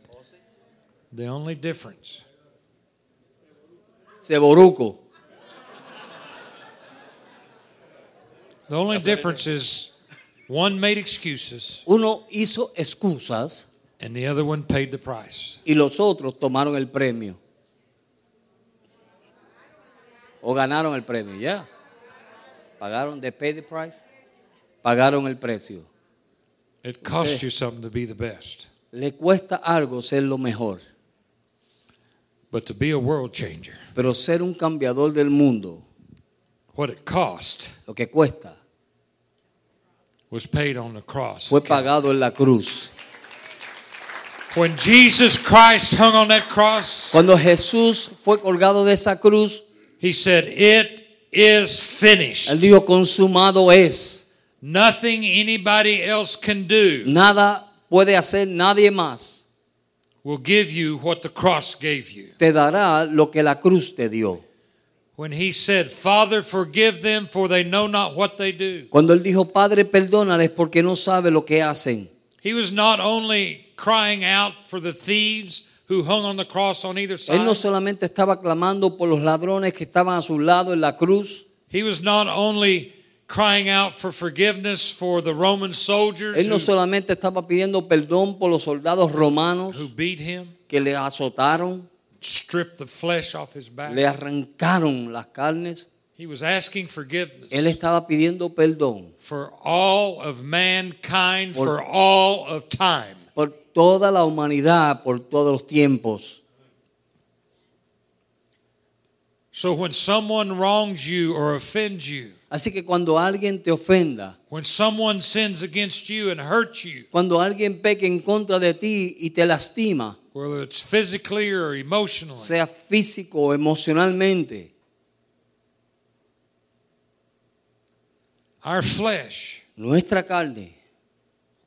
B: The only difference
A: Ceboruco.
B: the only difference is one made excuses
A: Uno hizo excusas
B: and the other one paid the price.
A: y los otros tomaron el premio. O ganaron el premio, ya. Pagaron, they paid the price. Pagaron el precio.
B: It costs you something to be the best.
A: Le cuesta algo ser lo mejor,
B: But to be a world changer,
A: pero ser un cambiador del mundo,
B: what it cost
A: lo que cuesta,
B: was paid on the cross.
A: fue pagado en la cruz.
B: When Jesus Christ hung on that cross,
A: Cuando Jesús fue colgado de esa cruz,
B: he said, It is
A: Él
B: finished.
A: dijo, consumado es.
B: Nothing anybody else can do
A: Nada puede hacer nadie más.
B: will give you what the cross gave you.
A: Te dará lo que la cruz te dio.
B: When he said, Father, forgive them, for they know not what they do.
A: Cuando Él dijo, Padre, perdónales porque no sabe lo que hacen.
B: He was not only crying out for the thieves who hung on the cross on either
A: Él no
B: side,
A: solamente estaba clamando por los ladrones que estaban a su lado en la cruz.
B: he was not only crying out for forgiveness for the Roman soldiers
A: Él no
B: who,
A: solamente estaba pidiendo perdón por los soldados
B: who
A: romanos
B: beat him,
A: que le azotaron,
B: stripped the flesh off his back.
A: le arrancaron las carnes.
B: He was asking
A: Él
B: forgiveness
A: estaba pidiendo perdón
B: for all of mankind,
A: Por-
B: for all of time.
A: por toda la humanidad, por todos los tiempos.
B: So when someone wrongs you or offends you,
A: Así que cuando alguien te ofenda,
B: when someone sins against you and hurts you,
A: cuando alguien peque en contra de ti y te lastima,
B: whether it's physically or emotionally,
A: sea físico o emocionalmente,
B: our flesh,
A: nuestra carne,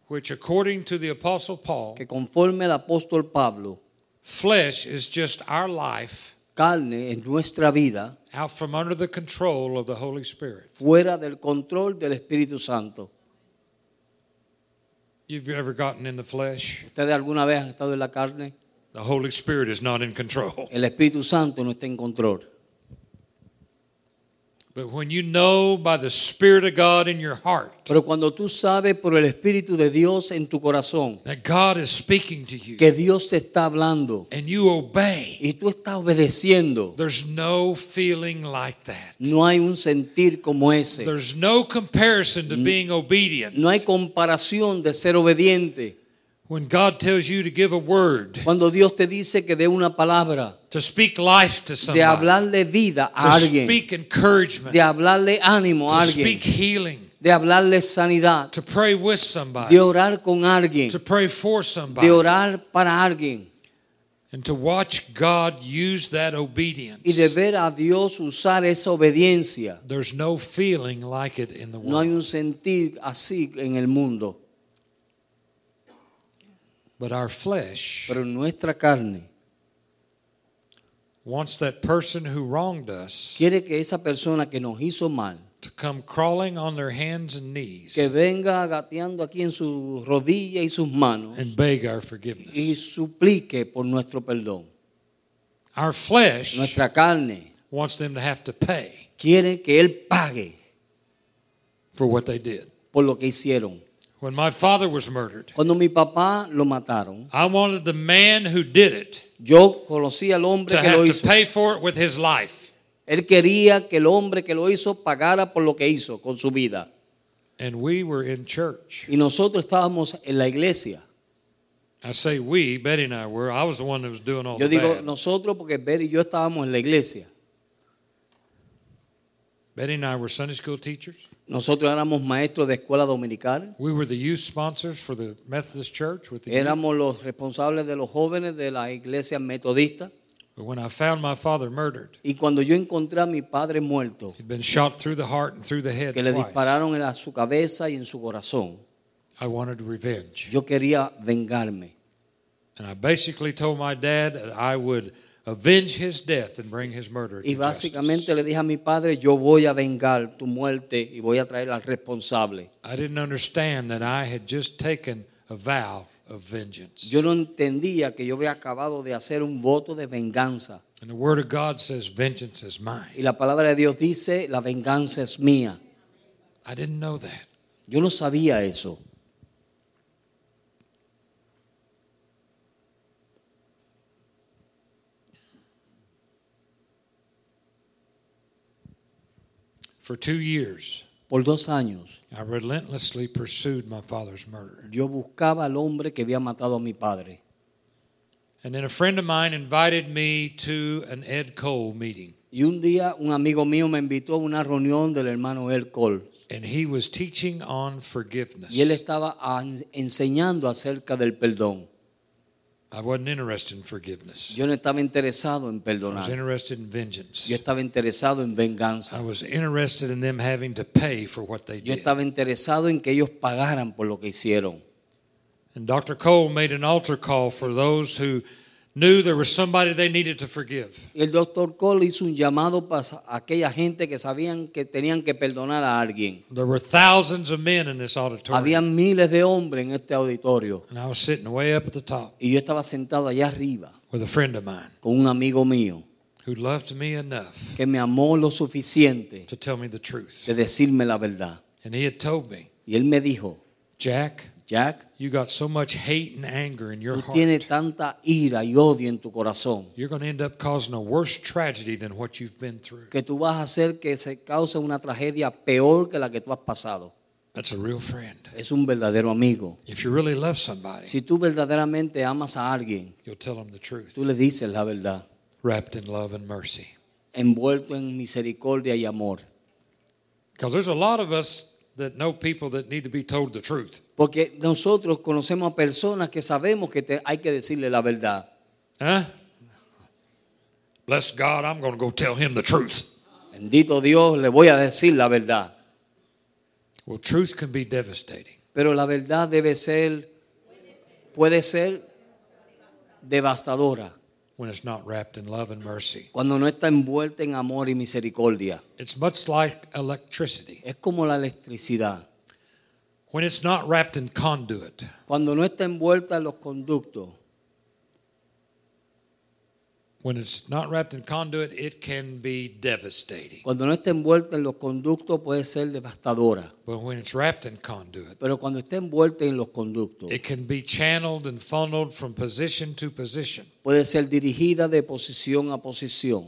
B: which according to the Apostle Paul,
A: que conforme el apóstol Pablo,
B: flesh is just our life
A: carne es nuestra vida
B: out from under the control of the Holy Spirit.
A: fuera del control del Espíritu Santo.
B: You've ever gotten in the flesh?
A: ¿Ustedes alguna vez han estado en la carne?
B: The Holy Spirit is not in control.
A: El Espíritu Santo no está en control.
B: But when you know by the Spirit of God in your heart
A: Pero cuando tú sabes por el Espíritu de Dios en tu corazón
B: that God is speaking to you
A: que Dios te está hablando
B: and you obey,
A: y tú estás obedeciendo,
B: there's no feeling like that.
A: no hay un sentir como ese.
B: There's no comparison to being obedient.
A: No hay comparación de ser obediente.
B: When God tells you to give a word,
A: Cuando Dios te dice que dé una palabra,
B: to speak life to
A: de
B: somebody,
A: hablarle vida
B: to
A: a alguien,
B: speak encouragement,
A: de hablarle ánimo a
B: to
A: alguien,
B: speak healing,
A: de hablarle sanidad,
B: to pray with
A: de
B: somebody,
A: orar con alguien,
B: to pray for
A: de
B: somebody,
A: orar para alguien
B: and to watch God use that
A: y de
B: obedience.
A: ver a Dios usar esa obediencia.
B: There's no feeling like it in the
A: No hay un
B: world.
A: sentir así en el mundo,
B: But our flesh
A: pero en nuestra carne
B: wants that person who wronged us
A: quiere que esa persona que nos hizo mal,
B: to come crawling on their hands and
A: que
B: knees
A: venga gateando aquí en sus rodillas y sus manos
B: and beg our
A: y
B: forgiveness.
A: suplique por nuestro perdón.
B: Our flesh
A: Nuestra carne
B: wants them to have to pay
A: quiere que Él pague
B: for what they did.
A: por lo que hicieron.
B: When my father was murdered,
A: Cuando mi papá lo mataron,
B: I wanted the man who did it
A: yo conocí al
B: to
A: hombre que
B: have
A: lo
B: to
A: hizo.
B: pay for it with his life.
A: Él quería que el hombre que lo hizo pagara por lo que hizo con su vida.
B: And we were in church.
A: Y nosotros estábamos en la iglesia.
B: I say we, Betty and I were. I was the one that was doing all
A: Yo
B: the
A: digo
B: bad.
A: nosotros porque Betty y yo estábamos en la iglesia.
B: Betty and I were Sunday school teachers.
A: Nosotros éramos maestros de escuela dominical.
B: We were the youth sponsors for the Methodist church with the youth.
A: Éramos los responsables de los jóvenes de la iglesia metodista.
B: But when I found my father murdered,
A: Y cuando yo encontré a mi padre muerto,
B: he'd been shot through the heart and through the head
A: que le
B: twice,
A: dispararon en la- su cabeza y en su corazón,
B: I wanted revenge.
A: yo quería vengarme.
B: And I basically told my dad that I would avenge his death and bring his murder to
A: Y básicamente
B: justice.
A: le dije a mi padre, yo voy a vengar tu muerte y voy a traer al responsable.
B: I didn't understand that I had just taken a vow of vengeance.
A: Yo no entendía que yo había acabado de hacer un voto de venganza.
B: And the Word of God says, Vengeance is mine.
A: Y la palabra de Dios dice, la venganza es mía.
B: I didn't know that.
A: Yo no sabía eso.
B: For two years,
A: Por dos años
B: I relentlessly pursued my father's murder.
A: yo buscaba al hombre que había matado a mi padre.
B: And then a friend of mine invited me to an Ed Cole meeting.
A: Y un día un amigo mío me invitó a una reunión del hermano El Cole.
B: And he was teaching on forgiveness.
A: Y él estaba ah, enseñando acerca del perdón.
B: I wasn't interested in forgiveness.
A: Yo no estaba interesado en
B: I was
A: perdonar.
B: interested in vengeance.
A: Yo estaba interesado en
B: I
A: venganza.
B: was interested in them having to pay for what they
A: Yo
B: did.
A: estaba interesado en que ellos pagaran por lo que hicieron.
B: And Dr. Cole made an altar call for those who knew there was somebody they needed to forgive.
A: Y el doctor Cole hizo un llamado para aquella gente que sabían que tenían que perdonar a alguien.
B: There were thousands of men in this
A: Había
B: auditorium.
A: miles de hombres en este auditorio.
B: And I was sitting way up at the top
A: Y yo estaba sentado allá arriba
B: with a friend of mine
A: con un amigo mío
B: who loved me enough
A: que me amó lo suficiente
B: to tell me the truth.
A: de decirme la verdad.
B: And he had told me,
A: Y él me dijo,
B: Jack,
A: Jack,
B: you got so much hate and anger in your
A: tú tienes
B: heart.
A: tanta ira y odio en tu corazón
B: You're going to end up causing a worse tragedy than what you've been through.
A: que tú vas a hacer que se cause una tragedia peor que la que tú has pasado.
B: That's a real friend.
A: Es un verdadero amigo.
B: If you really love somebody,
A: Si tú verdaderamente amas a alguien,
B: you'll tell them the truth,
A: tú le dices la verdad,
B: wrapped in love and mercy.
A: envuelto en misericordia y amor.
B: Because there's a lot of us that know people that need to be told the truth.
A: Porque nosotros conocemos a personas que sabemos que te- hay que decirle la verdad.
B: Huh? Bless God, I'm going to go tell him the truth.
A: Bendito Dios, le voy a decir la verdad.
B: Well, truth can be devastating.
A: Pero la verdad debe ser, puede ser devastadora
B: when it's not wrapped in love and mercy.
A: cuando no está envuelta en amor y misericordia.
B: It's much like electricity.
A: Es como la electricidad.
B: When it's not wrapped in conduit,
A: Cuando no está envuelta en los conductos,
B: when it's not wrapped in conduit, it can be devastating.
A: cuando no está envuelta en los conductos puede ser devastadora.
B: But when it's wrapped in conduit,
A: Pero cuando está envuelta en los conductos,
B: it can be channeled and funneled from position to position
A: puede ser dirigida de posición a posición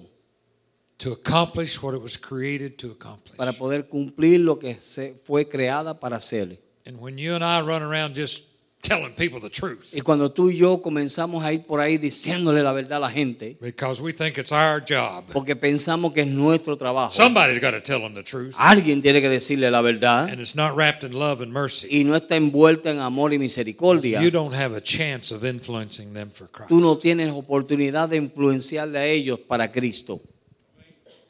B: to accomplish what it was created to accomplish.
A: para poder cumplir lo que se fue creada para hacer.
B: And when you and I run around just telling people the truth
A: Y cuando tú y yo comenzamos a ir por ahí diciéndole la verdad a la gente,
B: because we think it's our job,
A: porque pensamos que es nuestro trabajo,
B: somebody's got to tell them the truth.
A: alguien tiene que decirle la verdad
B: And it's not wrapped in love and mercy.
A: y no está envuelta en amor y misericordia,
B: You don't have a chance of influencing them for Christ.
A: tú no tienes oportunidad de influenciarle a ellos para Cristo.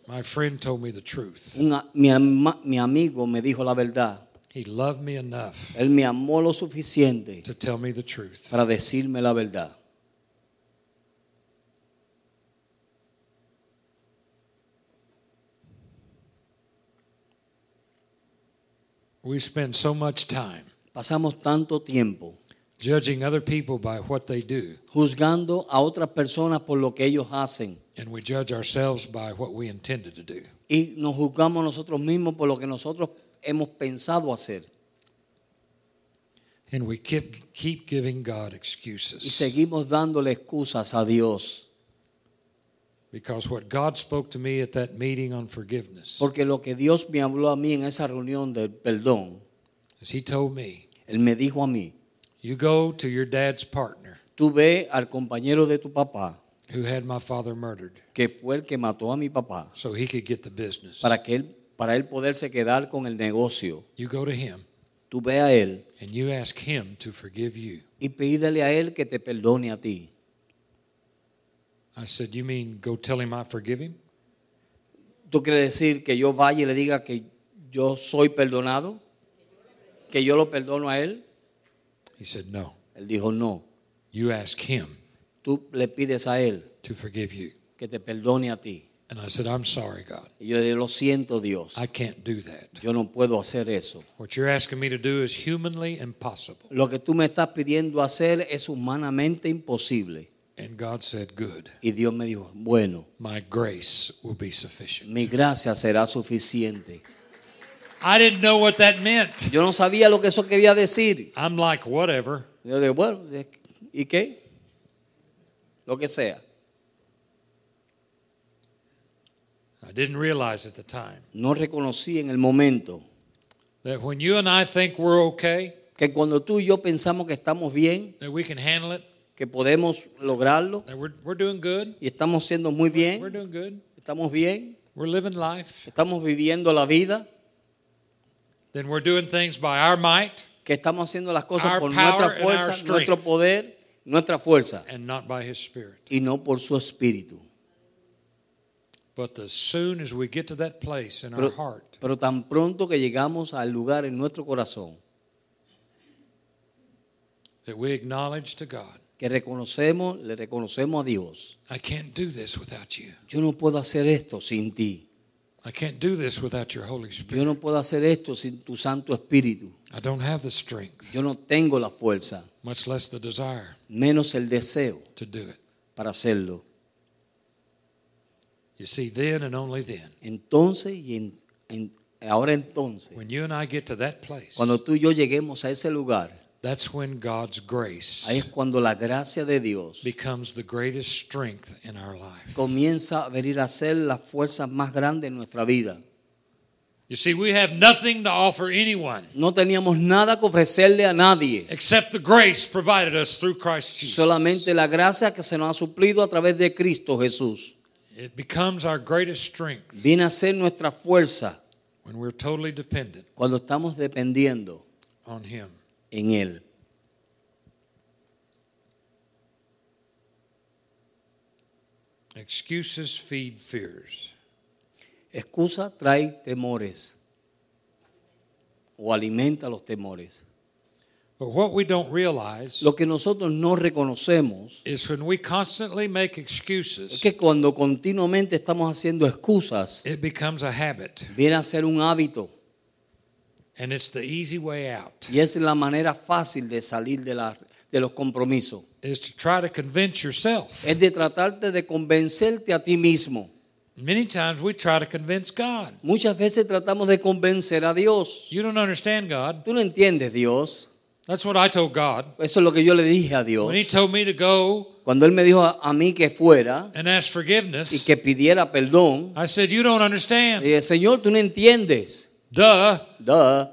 B: My friend told me the truth.
A: Una- mi, ama- mi amigo me dijo la verdad.
B: He loved me enough
A: Él me amó lo suficiente
B: to tell me the truth.
A: para decirme la verdad.
B: We spend so much time
A: Pasamos tanto tiempo
B: judging other people by what they do,
A: juzgando a otras personas por lo que ellos hacen
B: and we judge ourselves by what we intended to do.
A: y nos juzgamos nosotros mismos por lo que nosotros hemos pensado hacer
B: And we keep, keep giving God
A: y
B: excuses.
A: seguimos dándole excusas a Dios.
B: Because what God spoke to me at that meeting on forgiveness
A: Porque lo que Dios me habló a mí en esa reunión del perdón,
B: is He told me,
A: Él me dijo a mí,
B: You go to your dad's partner
A: tú ve al compañero de tu papá,
B: who had my father murdered
A: que fue el que mató a mi papá,
B: so he could get the business.
A: para que él, para él poderse quedar con el negocio.
B: You go to him
A: Tú ve a él
B: and you ask him to forgive you.
A: y pídele a él que te perdone a ti.
B: I said, You mean go tell him I forgive him?
A: ¿Tú quieres decir que yo vaya y le diga que yo soy perdonado? ¿Que yo lo perdono a él?
B: He said, No.
A: Él dijo, no,
B: You ask him
A: tú le pides a él
B: to forgive you.
A: que te perdone a ti.
B: And I said, I'm sorry, God.
A: Y yo le dije, lo siento Dios,
B: I can't do that.
A: yo no puedo hacer eso.
B: What you're asking me to do is humanly impossible.
A: Lo que tú me estás pidiendo hacer es humanamente imposible.
B: And God said, Good.
A: Y Dios me dijo, bueno,
B: My grace will be sufficient.
A: mi gracia será suficiente.
B: I didn't know what that meant.
A: Yo no sabía lo que eso quería decir.
B: I'm like, Whatever.
A: Yo dije, bueno, ¿y qué? Lo que sea.
B: I didn't realize at the time
A: No reconocí en el momento
B: that when you and I think we're okay,
A: que cuando tú y yo pensamos que estamos bien,
B: that we can handle it,
A: que podemos lograrlo
B: that we're, we're doing good,
A: y estamos siendo muy
B: we're
A: bien,
B: doing good,
A: estamos bien,
B: we're living life,
A: estamos viviendo la vida,
B: then we're doing things by our might
A: que estamos haciendo las cosas
B: Our
A: por
B: power
A: nuestra
B: and our
A: fuerza,
B: strength.
A: nuestro poder, nuestra fuerza
B: and not by His Spirit.
A: y no por su espíritu.
B: But as soon as we get to that place in our
A: Pero,
B: heart,
A: pero tan pronto que llegamos al lugar en nuestro corazón
B: that we acknowledge to God,
A: que reconocemos, le reconocemos a Dios.
B: I can't do this without you.
A: Yo no puedo hacer esto sin ti.
B: I can't do this without your Holy
A: Yo
B: Spirit.
A: no puedo hacer esto sin tu Santo Espíritu.
B: I don't have the strength,
A: Yo no tengo la fuerza,
B: much less the desire
A: menos el deseo
B: to do it.
A: para hacerlo.
B: You see, then and only then,
A: Entonces y en- en- ahora entonces,
B: when you and I get to that place,
A: cuando tú y yo lleguemos a ese lugar,
B: that's when God's grace
A: ahí es cuando la gracia de Dios
B: becomes the greatest strength in our life.
A: comienza a venir a ser la fuerza más grande en nuestra vida.
B: You see, we have nothing to offer anyone
A: No teníamos nada que ofrecerle a nadie,
B: except the grace provided us through Christ Jesus.
A: solamente la gracia que se nos ha suplido a través de Cristo Jesús.
B: It becomes our greatest strength
A: Viene a ser nuestra fuerza
B: when we're totally dependent
A: cuando estamos dependiendo
B: on Him.
A: en Él.
B: Excuses feed fears.
A: Excusa trae temores o alimenta los temores.
B: But what we don't realize
A: Lo que nosotros no reconocemos
B: is when we constantly make excuses,
A: es que cuando continuamente estamos haciendo excusas,
B: it becomes a habit,
A: viene a ser un hábito
B: and it's the easy way out.
A: y es la manera fácil de salir de, la- de los compromisos.
B: Is to try to convince yourself.
A: Es de tratarte de convencerte a ti mismo.
B: Many times we try to convince God.
A: Muchas veces tratamos de convencer a Dios.
B: You don't understand God.
A: Tú no entiendes, Dios.
B: That's what I told God.
A: Eso es lo que yo le dije a Dios.
B: When He told me to go
A: Cuando Él me dijo a, a mí que fuera
B: and ask
A: y
B: forgiveness,
A: que pidiera perdón,
B: I said, You don't understand.
A: Eh, Señor, tú no entiendes.
B: Duh.
A: Duh.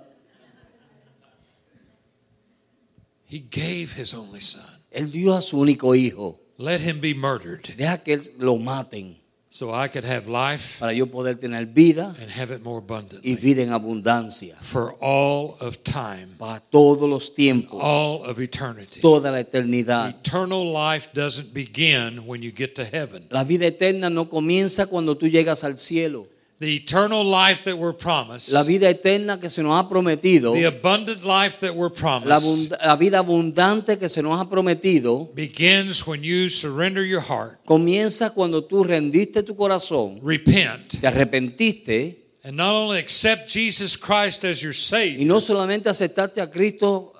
B: He gave His only Son.
A: Él dio a su único hijo.
B: Let Him be murdered
A: Deja que él lo maten
B: so I could have life
A: para yo poder tener vida
B: and have it more
A: y
B: abundantly
A: vida en abundancia
B: for all of time,
A: para todos los tiempos,
B: all of eternity.
A: toda la eternidad.
B: Eternal life doesn't begin when you get to heaven.
A: La vida eterna no comienza cuando tú llegas al cielo.
B: The eternal life that we're promised,
A: La vida eterna que se nos ha prometido,
B: the abundant life that we're
A: la,
B: promised,
A: abund- la vida abundante que se nos ha prometido,
B: begins when you surrender your heart,
A: comienza cuando tú rendiste tu corazón,
B: repent,
A: te arrepentiste
B: and not only accept Jesus Christ as your
A: y
B: Savior,
A: no solamente aceptaste a Cristo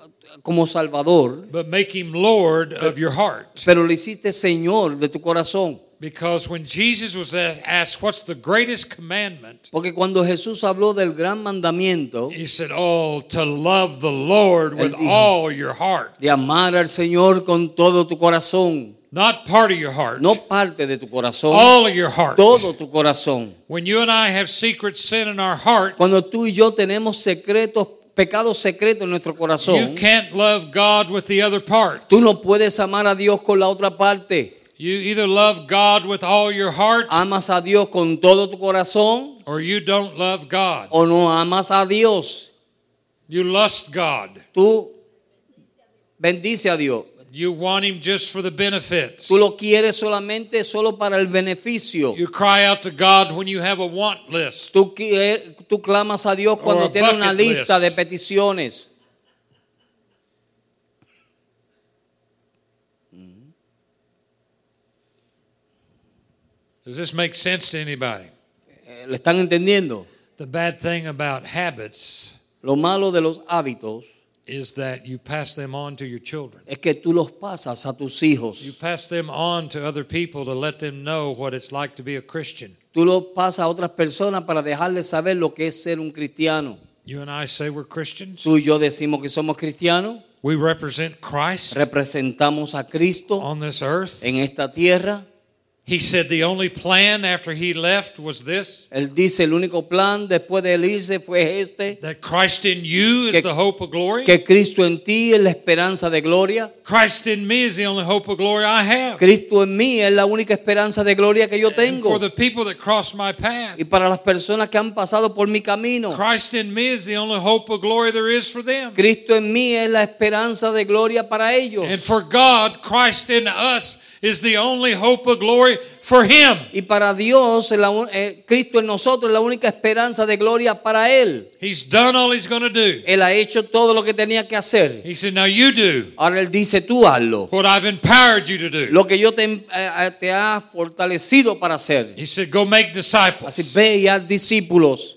A: como Salvador,
B: but make Him Lord of your heart.
A: pero lo hiciste Señor de tu corazón.
B: Because when Jesus was a- asked, What's the greatest commandment?
A: Porque cuando Jesús habló del gran mandamiento
B: He said, Oh, to love the Lord with
A: dijo-
B: all your heart,
A: de amar al Señor con todo tu corazón,
B: not part of your heart,
A: no parte de tu corazón,
B: all of your heart.
A: todo tu corazón.
B: When you and I have secret sin in our heart,
A: Cuando tú y yo tenemos secretos, pecados secretos en nuestro
B: you
A: corazón,
B: can't love God with the other part.
A: tú no puedes amar a Dios con la otra parte.
B: You either love God with all your heart
A: Amas a Dios con todo tu corazón
B: or you don't love God.
A: o no amas a Dios.
B: You lust God.
A: Tú bendice a Dios,
B: You want him just for the benefits.
A: Tú lo quieres solamente solo para el beneficio.
B: You cry out to God when you have a want list.
A: Tú, quiere- tú clamas a Dios
B: Or
A: cuando
B: a
A: tienes una
B: Oh, bucket
A: lista
B: list.
A: de peticiones.
B: Does this make sense to anybody?
A: Eh, ¿Le están entendiendo?
B: The bad thing about habits
A: Lo malo de los hábitos
B: is that you pass them on to your children.
A: es que tú los pasas a tus
B: You
A: hijos.
B: pass them on to other people to let them know what it's like to be a Christian.
A: Tú los pasas a otras personas para dejarles saber lo que es ser un cristiano.
B: You and I say we're Christians.
A: Tú y yo decimos que somos cristianos,
B: We represent Christ
A: representamos a Cristo
B: on this earth.
A: en esta tierra.
B: He said the only plan after he left was this
A: Él dice, el único plan después de él irse fue este,
B: that Christ in you
A: Que-
B: is the hope of glory.
A: que Cristo en ti es la esperanza de gloria.
B: Christ in me is the only hope of glory I have.
A: Cristo en mí es la única esperanza de gloria que yo
B: And
A: tengo.
B: for the people that cross my path,
A: Y para las personas que han pasado por mi camino,
B: Christ in me is the only hope of glory there is for them.
A: Cristo en mí es la esperanza de gloria para ellos.
B: And for God, Christ in us is the only hope of glory for Him.
A: Y para Dios, la un- eh, Cristo en nosotros es la única esperanza de gloria para Él.
B: He's done all He's going to do.
A: Él ha hecho todo lo que tenía que hacer.
B: He said, Now you do
A: Ahora Él dice, tú hazlo.
B: what I've empowered you to do.
A: Lo que yo te, em- eh, te ha fortalecido para hacer.
B: He said, Go make
A: Así
B: disciples.
A: ve y haz discípulos.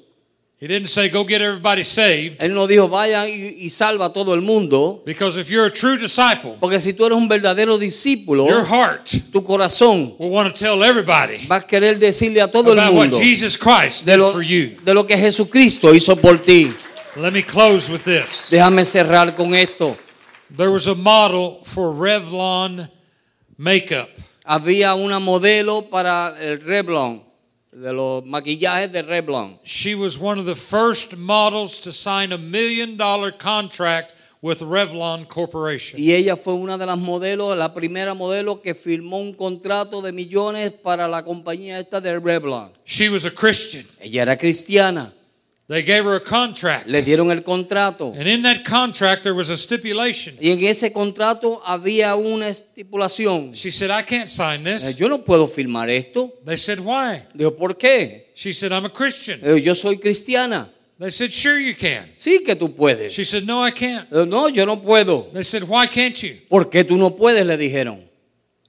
B: He didn't say, Go get everybody saved.
A: Él no dijo, vaya y, y salva a todo el mundo.
B: Because if you're a true disciple,
A: Porque si tú eres un verdadero discípulo,
B: your heart
A: tu corazón
B: will want to tell everybody
A: va a querer decirle a todo el
B: about what
A: mundo
B: Jesus Christ
A: de
B: did
A: lo,
B: for you.
A: de lo que Jesucristo hizo por ti.
B: Let me close with this.
A: Déjame cerrar con esto.
B: There was a model for Revlon makeup.
A: Había una modelo para el Revlon, de los maquillajes de Revlon.
B: She was one of the first models to sign a million dollar contract with Revlon Corporation.
A: Y ella fue una de las modelos, la primera modelo que firmó un contrato de millones para la compañía esta de Revlon.
B: She was a Christian.
A: Ella era cristiana,
B: They gave her a contract.
A: le dieron el contrato.
B: And in that contract, there was a stipulation.
A: Y en ese contrato había una estipulación.
B: She said, I can't sign
A: Eh,
B: this.
A: Yo no puedo firmar esto.
B: They said, Why?
A: Dijo, ¿por qué?
B: She said, I'm a Christian.
A: Eh, Yo soy cristiana.
B: They said, Sure, you can.
A: Sí que tú puedes.
B: She said, No, I can't.
A: Eh, No, yo no puedo.
B: They said, Why can't you?
A: ¿Por qué tú no puedes? Le dijeron.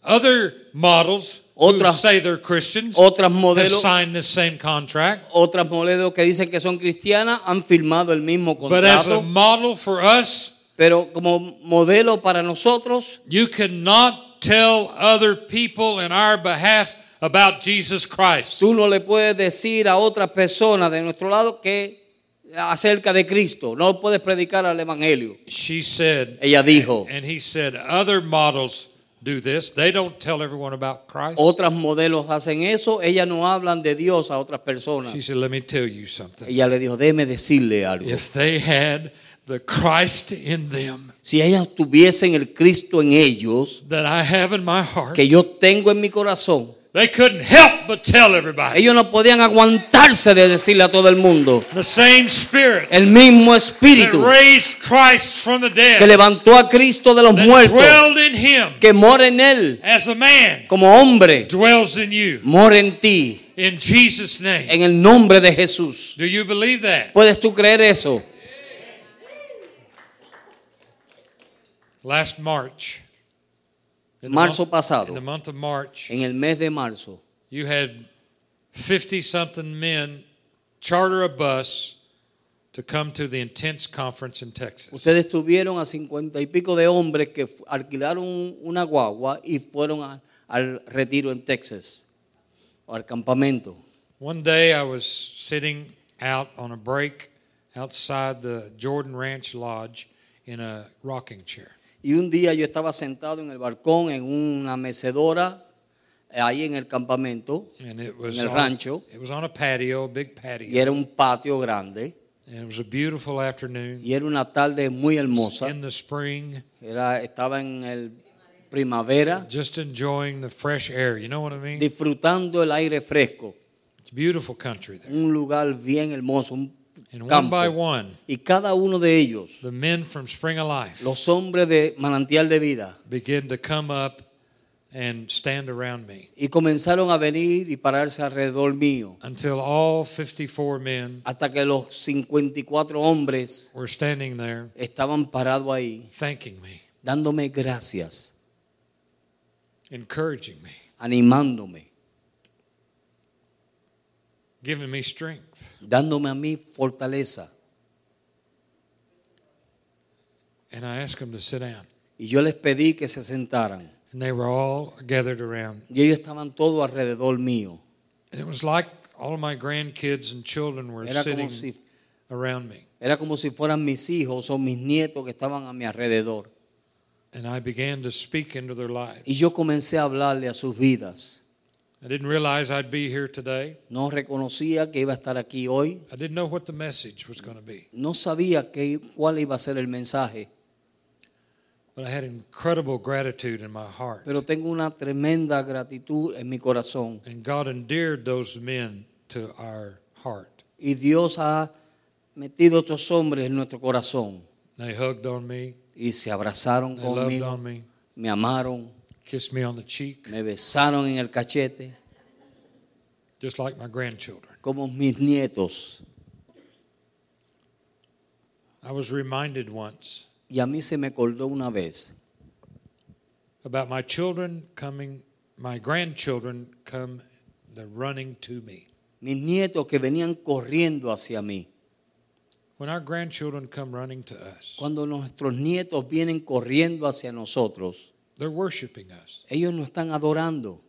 B: Other models who
A: Otras-
B: say they're Christians
A: Otras
B: have
A: modelos,
B: signed this same contract.
A: otras modelos que dicen que son cristianas han firmado el mismo
B: But as a
A: contrato.
B: model for us,
A: Pero como modelo para nosotros,
B: You cannot tell other people in our behalf about Jesus Christ.
A: tú no le puedes decir a otras personas de nuestro lado que acerca de Cristo. No puedes predicar al Evangelio.
B: She said,
A: Ella dijo.
B: and he said, other models do this. They don't tell everyone about Christ.
A: Otras modelos hacen eso, ellas no hablan de Dios a otras
B: She
A: personas.
B: said, let me tell you something.
A: Ella le dijo, déjeme decirle algo.
B: If they had the Christ in them
A: Si ellas tuviesen el Cristo en ellos,
B: that I have in my heart,
A: que yo tengo en mi corazón,
B: they couldn't help but tell everybody.
A: ellos no podían aguantarse de decirle a todo el mundo.
B: The same spirit
A: El mismo
B: that
A: espíritu
B: raised Christ from the
A: que
B: dead,
A: levantó a Cristo de los
B: that
A: muertos,
B: dwelled in him
A: que mora en él
B: as a man,
A: como hombre,
B: dwells in you.
A: mora en ti,
B: In Jesus' name.
A: en el nombre de Jesús.
B: Do you believe that?
A: ¿Puedes tú creer eso?
B: Last March, in the
A: Marzo
B: month- in
A: pasado,
B: the month of March,
A: en el mes de marzo,
B: you had 50 something men charter a bus to come to the intense conference in Texas.
A: Ustedes tuvieron a cincuenta y pico de hombres que fu- alquilaron un- una guagua y fueron a- al retiro en Texas, o al campamento.
B: One day I was sitting out on a break outside the Jordan Ranch Lodge in a rocking chair.
A: Y un día yo estaba sentado en el balcón, en una mecedora, eh, ahí en el campamento,
B: And it was
A: En el
B: on-
A: rancho.
B: it was on a patio, a big
A: y
B: patio.
A: era un patio grande,
B: And it was a beautiful afternoon
A: y era una tarde muy hermosa.
B: in the spring.
A: Era, estaba en el primavera,
B: just enjoying the fresh air. You know what I mean?
A: disfrutando el aire fresco,
B: It's beautiful country there.
A: un lugar bien hermoso, un
B: And one by
A: campo.
B: one,
A: Y cada uno de ellos,
B: the men from Spring of Life
A: los hombres de manantial de vida,
B: began to come up and stand around me
A: y comenzaron a venir y pararse alrededor mío,
B: until all 54 men
A: hasta que los 54 hombres
B: were standing there
A: estaban parados ahí,
B: thanking me,
A: dándome gracias,
B: encouraging me,
A: animándome,
B: giving me strength.
A: dándome a mí fortaleza.
B: And I asked them to sit down.
A: Y yo les pedí que se sentaran.
B: And they were all gathered around.
A: Y ellos estaban todos alrededor mío.
B: And it was like all of my grandkids and children were
A: Era como
B: sitting
A: si,
B: around me.
A: era como si fueran mis hijos o mis nietos que estaban a mi alrededor.
B: And I began to speak into their lives.
A: Y yo comencé a hablarle a sus vidas.
B: I didn't realize I'd be here today.
A: No reconocía que iba a estar aquí hoy.
B: I didn't know what the message was going to be.
A: No sabía qué- cuál iba a ser el mensaje.
B: But I had incredible gratitude in my heart.
A: Pero tengo una tremenda gratitud en mi corazón.
B: And God endeared those men to our heart.
A: Y Dios ha metido estos hombres en nuestro corazón.
B: They hugged on me,
A: Y se abrazaron
B: they loved
A: conmigo,
B: on me,
A: me amaron,
B: kissed me on the cheek,
A: me besaron en el cachete,
B: just like my grandchildren.
A: como mis nietos.
B: I was reminded once
A: Y a mí se me acordó una vez
B: about my children coming, my grandchildren come, they're running to me.
A: mis nietos que venían corriendo hacia mí.
B: When our grandchildren come running to us,
A: Cuando nuestros nietos vienen corriendo hacia nosotros,
B: they're worshiping us.
A: ellos nos están adorando.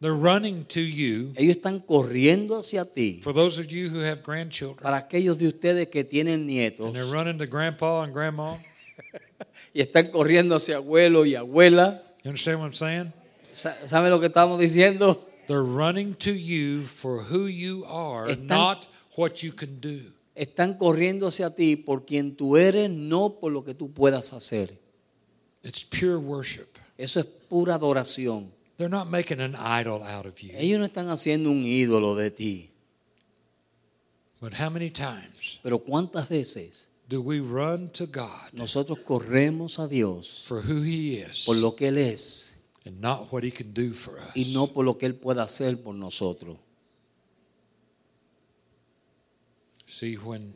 B: They're running to you.
A: Ellos están corriendo hacia ti.
B: For those of you who have grandchildren,
A: Para aquellos de ustedes que tienen
B: and
A: nietos
B: they're running to grandpa and grandma,
A: y están corriendo hacia abuelo y abuela,
B: you understand what I'm saying?
A: sa- ¿saben lo que estamos diciendo?
B: They're running to you for who you are,
A: Están-
B: not what you can do.
A: Están corriendo hacia ti por quien tú eres, no por lo que tú puedas hacer.
B: It's pure worship.
A: Eso es pura adoración.
B: They're not making an idol out of you.
A: Ellos no están haciendo un ídolo de ti.
B: But how many times
A: Pero ¿cuántas veces
B: do we run to God
A: nosotros corremos a Dios
B: for who He is
A: por lo que Él es
B: and not what He can do for us?
A: y no por lo que Él pueda hacer por nosotros?
B: See, when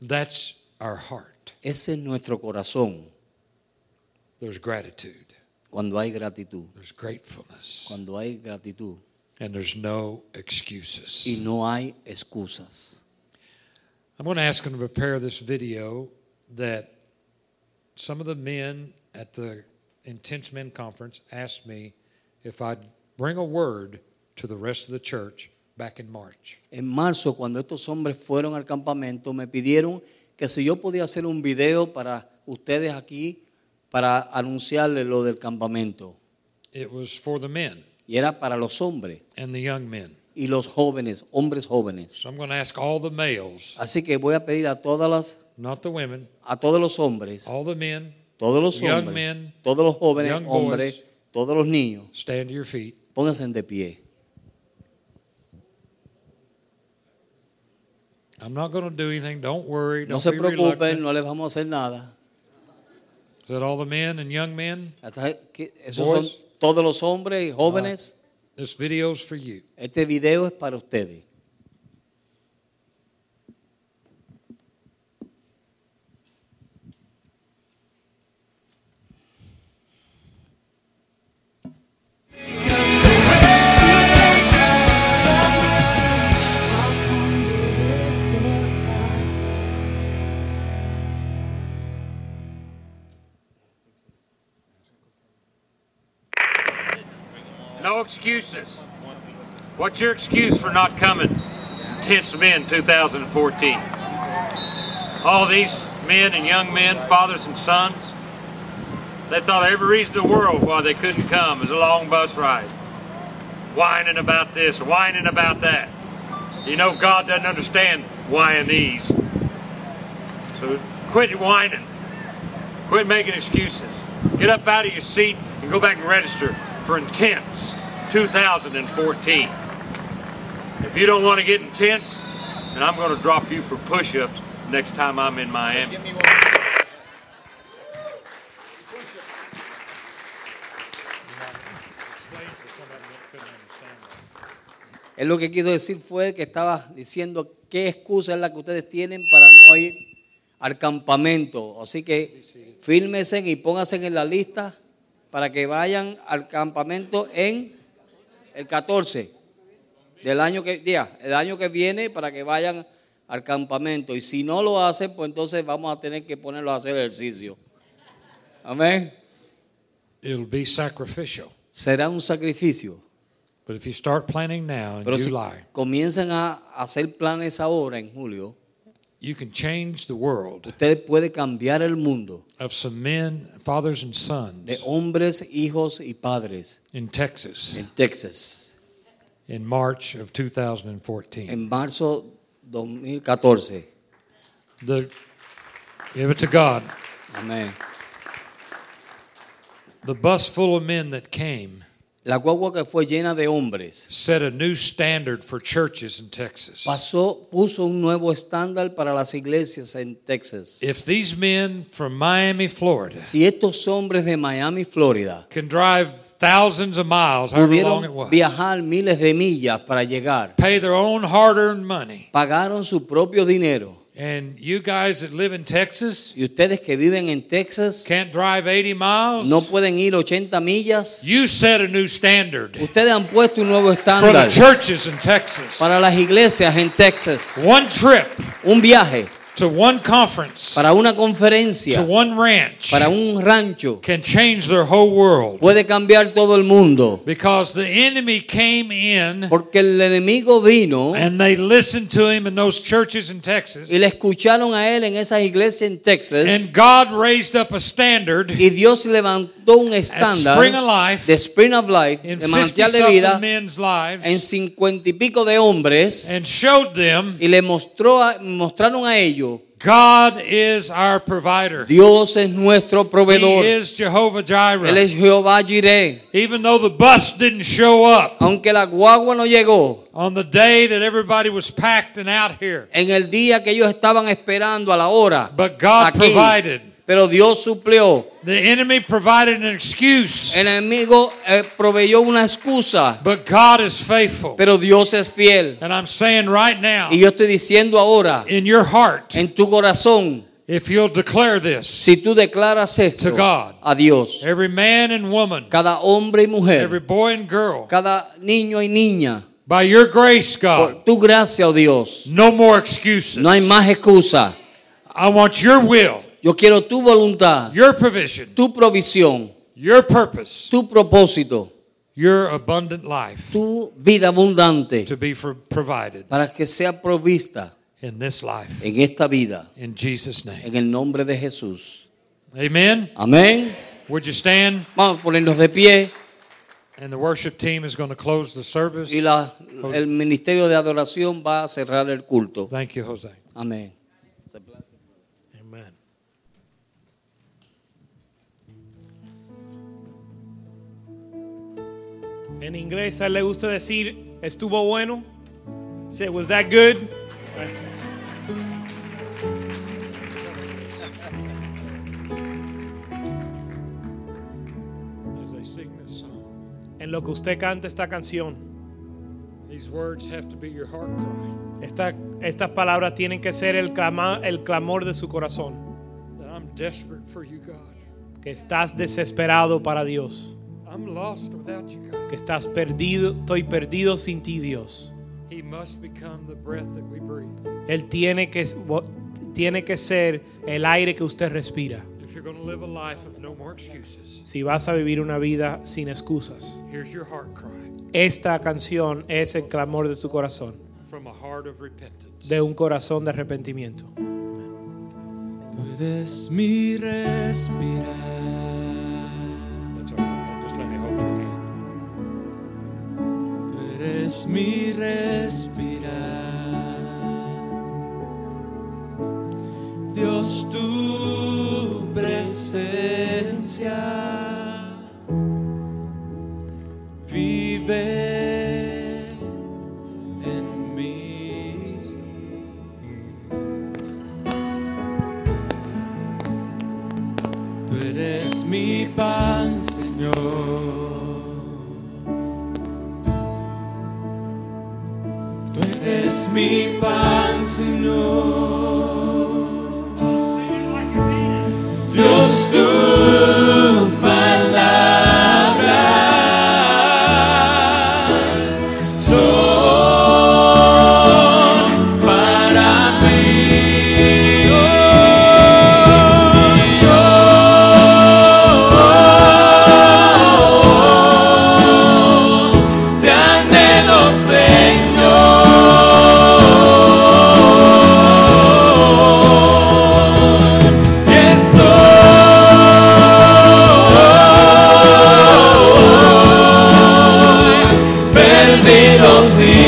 B: that's our heart,
A: Ese es nuestro corazón
B: there's gratitude,
A: cuando hay gratitud.
B: there's gratefulness,
A: Cuando hay gratitud
B: and there's no
A: y
B: excuses.
A: no hay excusas.
B: I'm going to ask them to prepare this video that some of the men at the Intense Men Conference asked me if I'd bring a word to the rest of the church back in March.
A: En marzo, cuando estos hombres fueron al campamento, me pidieron que si yo podía hacer un video para ustedes aquí, para anunciarles lo del campamento.
B: It was for the men
A: Y era para los hombres
B: and the young men.
A: y los jóvenes, hombres jóvenes.
B: So I'm going to ask all the males,
A: Así que voy a pedir a todas las,
B: not the women,
A: a todos los hombres,
B: all the men,
A: todos los
B: Young
A: hombres,
B: men,
A: todos los jóvenes,
B: young boys.
A: hombres, todos los niños,
B: stand to your feet.
A: pónganse de pie.
B: I'm not going to do anything. Don't worry. Don't
A: No se
B: be
A: preocupen,
B: reluctant.
A: no les vamos a hacer nada.
B: Is that all the men and young men?
A: Hasta que- Esos son
B: Boys. Ah.
A: todos los hombres y jóvenes.
B: This video's for you.
A: Este video es para ustedes.
C: No excuses. What's your excuse for not coming? Tense Men 2014. All these men and young men, fathers and sons, they thought every reason in the world why they couldn't come is a long bus ride. Whining about this, whining about that. You know God doesn't understand why and these. So quit whining. Quit making excuses. Get up out of your seat and go back and register for Intense 2014. If you don't want to get intense, and I'm going to drop you for push ups next time I'm in Miami.
A: Él lo que quiso decir fue que estaba diciendo qué excusa es la que ustedes tienen para no ir al campamento. Así que fírmese y pónganse en la lista para que vayan al campamento en el 14 del año que día, el año que viene para que vayan al campamento. Y si no lo hacen, pues entonces vamos a tener que ponerlos a hacer ejercicio. Amén.
B: It'll be sacrificial.
A: Será un sacrificio.
B: But if you start planning now in
A: Pero si
B: July,
A: comienzan a hacer planes ahora en julio,
B: you can change the world
A: usted puede cambiar el mundo
B: of some men, fathers and
A: de
B: sons
A: hombres, hijos y padres
B: in Texas
A: en Texas
B: in March of 2014.
A: en marzo 2014.
B: The, give it to God.
A: Amén.
B: The bus full of men that came
A: La guagua que fue llena de hombres
B: set a new standard for churches in Texas.
A: pasó, puso un nuevo estándar para las iglesias en Texas.
B: If these men from Miami, Florida
A: Si estos hombres de Miami, Florida,
B: can drive thousands of miles, however long it
A: pudieron
B: was,
A: viajar miles de millas para llegar,
B: pay their own hard earned money,
A: pagaron su propio dinero.
B: and you guys that live in Texas
A: Y ustedes que viven en Texas,
B: can't drive 80 miles,
A: no pueden ir 80 millas.
B: you set a new standard
A: Ustedes han puesto un nuevo
B: for the
A: estándar
B: churches in Texas.
A: para las iglesias en Texas.
B: One trip
A: Un viaje
B: to one conference,
A: para una
B: to
A: conferencia,
B: one ranch,
A: para un rancho,
B: can change their whole world
A: puede cambiar todo el mundo.
B: because the enemy came in
A: Porque el enemigo vino
B: and they listened to him in those churches in Texas.
A: y le escucharon a él en esas iglesias en
B: And
A: Texas.
B: God raised up a standard
A: Y Dios levantó un
B: at Spring of
A: estándar
B: Life
A: de Spring of Life,
B: in
A: de
B: 50
A: manantial de vida,
B: something men's
A: en
B: lives
A: cincuenta y pico de hombres.
B: and showed them
A: Y le mostró a- mostraron a ellos,
B: God is our provider.
A: Dios es nuestro
B: He
A: proveedor.
B: is Jehovah
A: Él
B: Jireh.
A: es Jehová Jireh.
B: Even though the bus didn't show up
A: Aunque la guagua no llegó,
B: on the day that everybody was packed and out here,
A: en el día que ellos estaban esperando a la hora,
B: but God
A: aquí,
B: provided.
A: pero Dios suplió.
B: The enemy provided an excuse,
A: El enemigo eh, proveyó una excusa,
B: but God is faithful.
A: pero Dios es fiel.
B: And I'm saying right now,
A: Y yo estoy diciendo ahora,
B: in your heart,
A: en tu corazón,
B: if you'll declare this,
A: si tú declaras esto
B: To God.
A: a Dios,
B: every man and woman,
A: cada hombre y
B: every
A: mujer,
B: boy and girl,
A: cada niño y niña,
B: by your grace,
A: por
B: God,
A: tu gracia, oh Dios,
B: no more excuses.
A: no hay más excusa.
B: I want your will,
A: Yo quiero tu voluntad,
B: your provision,
A: tu provisión,
B: your purpose,
A: tu propósito.
B: your abundant life
A: tu vida abundante
B: to be for provided
A: para que sea provista
B: in this life.
A: en esta vida,
B: In Jesus' name.
A: en el nombre de Jesús.
B: Amen.
A: Amén.
B: Would you stand?
A: Vamos a ponernos de pie
B: And the worship team is going to close the service.
A: y la- el ministerio de adoración va a cerrar el culto.
B: Thank you, Jose.
A: Amén.
B: Amen.
D: En inglés a él le gusta decir, estuvo bueno. Say, was that good?
B: As they sing this song,
D: En lo que usted canta esta canción,
B: these words have to be your heart cry.
D: esta- estas palabras tienen que ser el, clama- el clamor de su corazón.
B: That I'm desperate for you, God.
D: Que estás desesperado para Dios.
B: I'm lost without you, God.
D: Que estás perdido, estoy perdido sin ti, Dios.
B: He must become the breath that we breathe.
D: Él tiene que, vo- tiene que ser el aire que usted respira.
B: If you're going to live a life of no more excuses,
D: Si vas a vivir una vida sin excusas,
B: here's your heart cry
D: esta canción es el clamor de su corazón,
B: from a heart of repentance.
D: de un corazón de arrepentimiento.
E: Tú eres mi respirar,
B: That's all right. Just let me hold your hand.
E: tú eres mi respirar. Dios, tu presencia vive en mí. mi pan, Señor. Tú eres mi pan, Señor. Dios, tus palabras son para mí. Yo te anhelo, Señor. Estoy perdido sin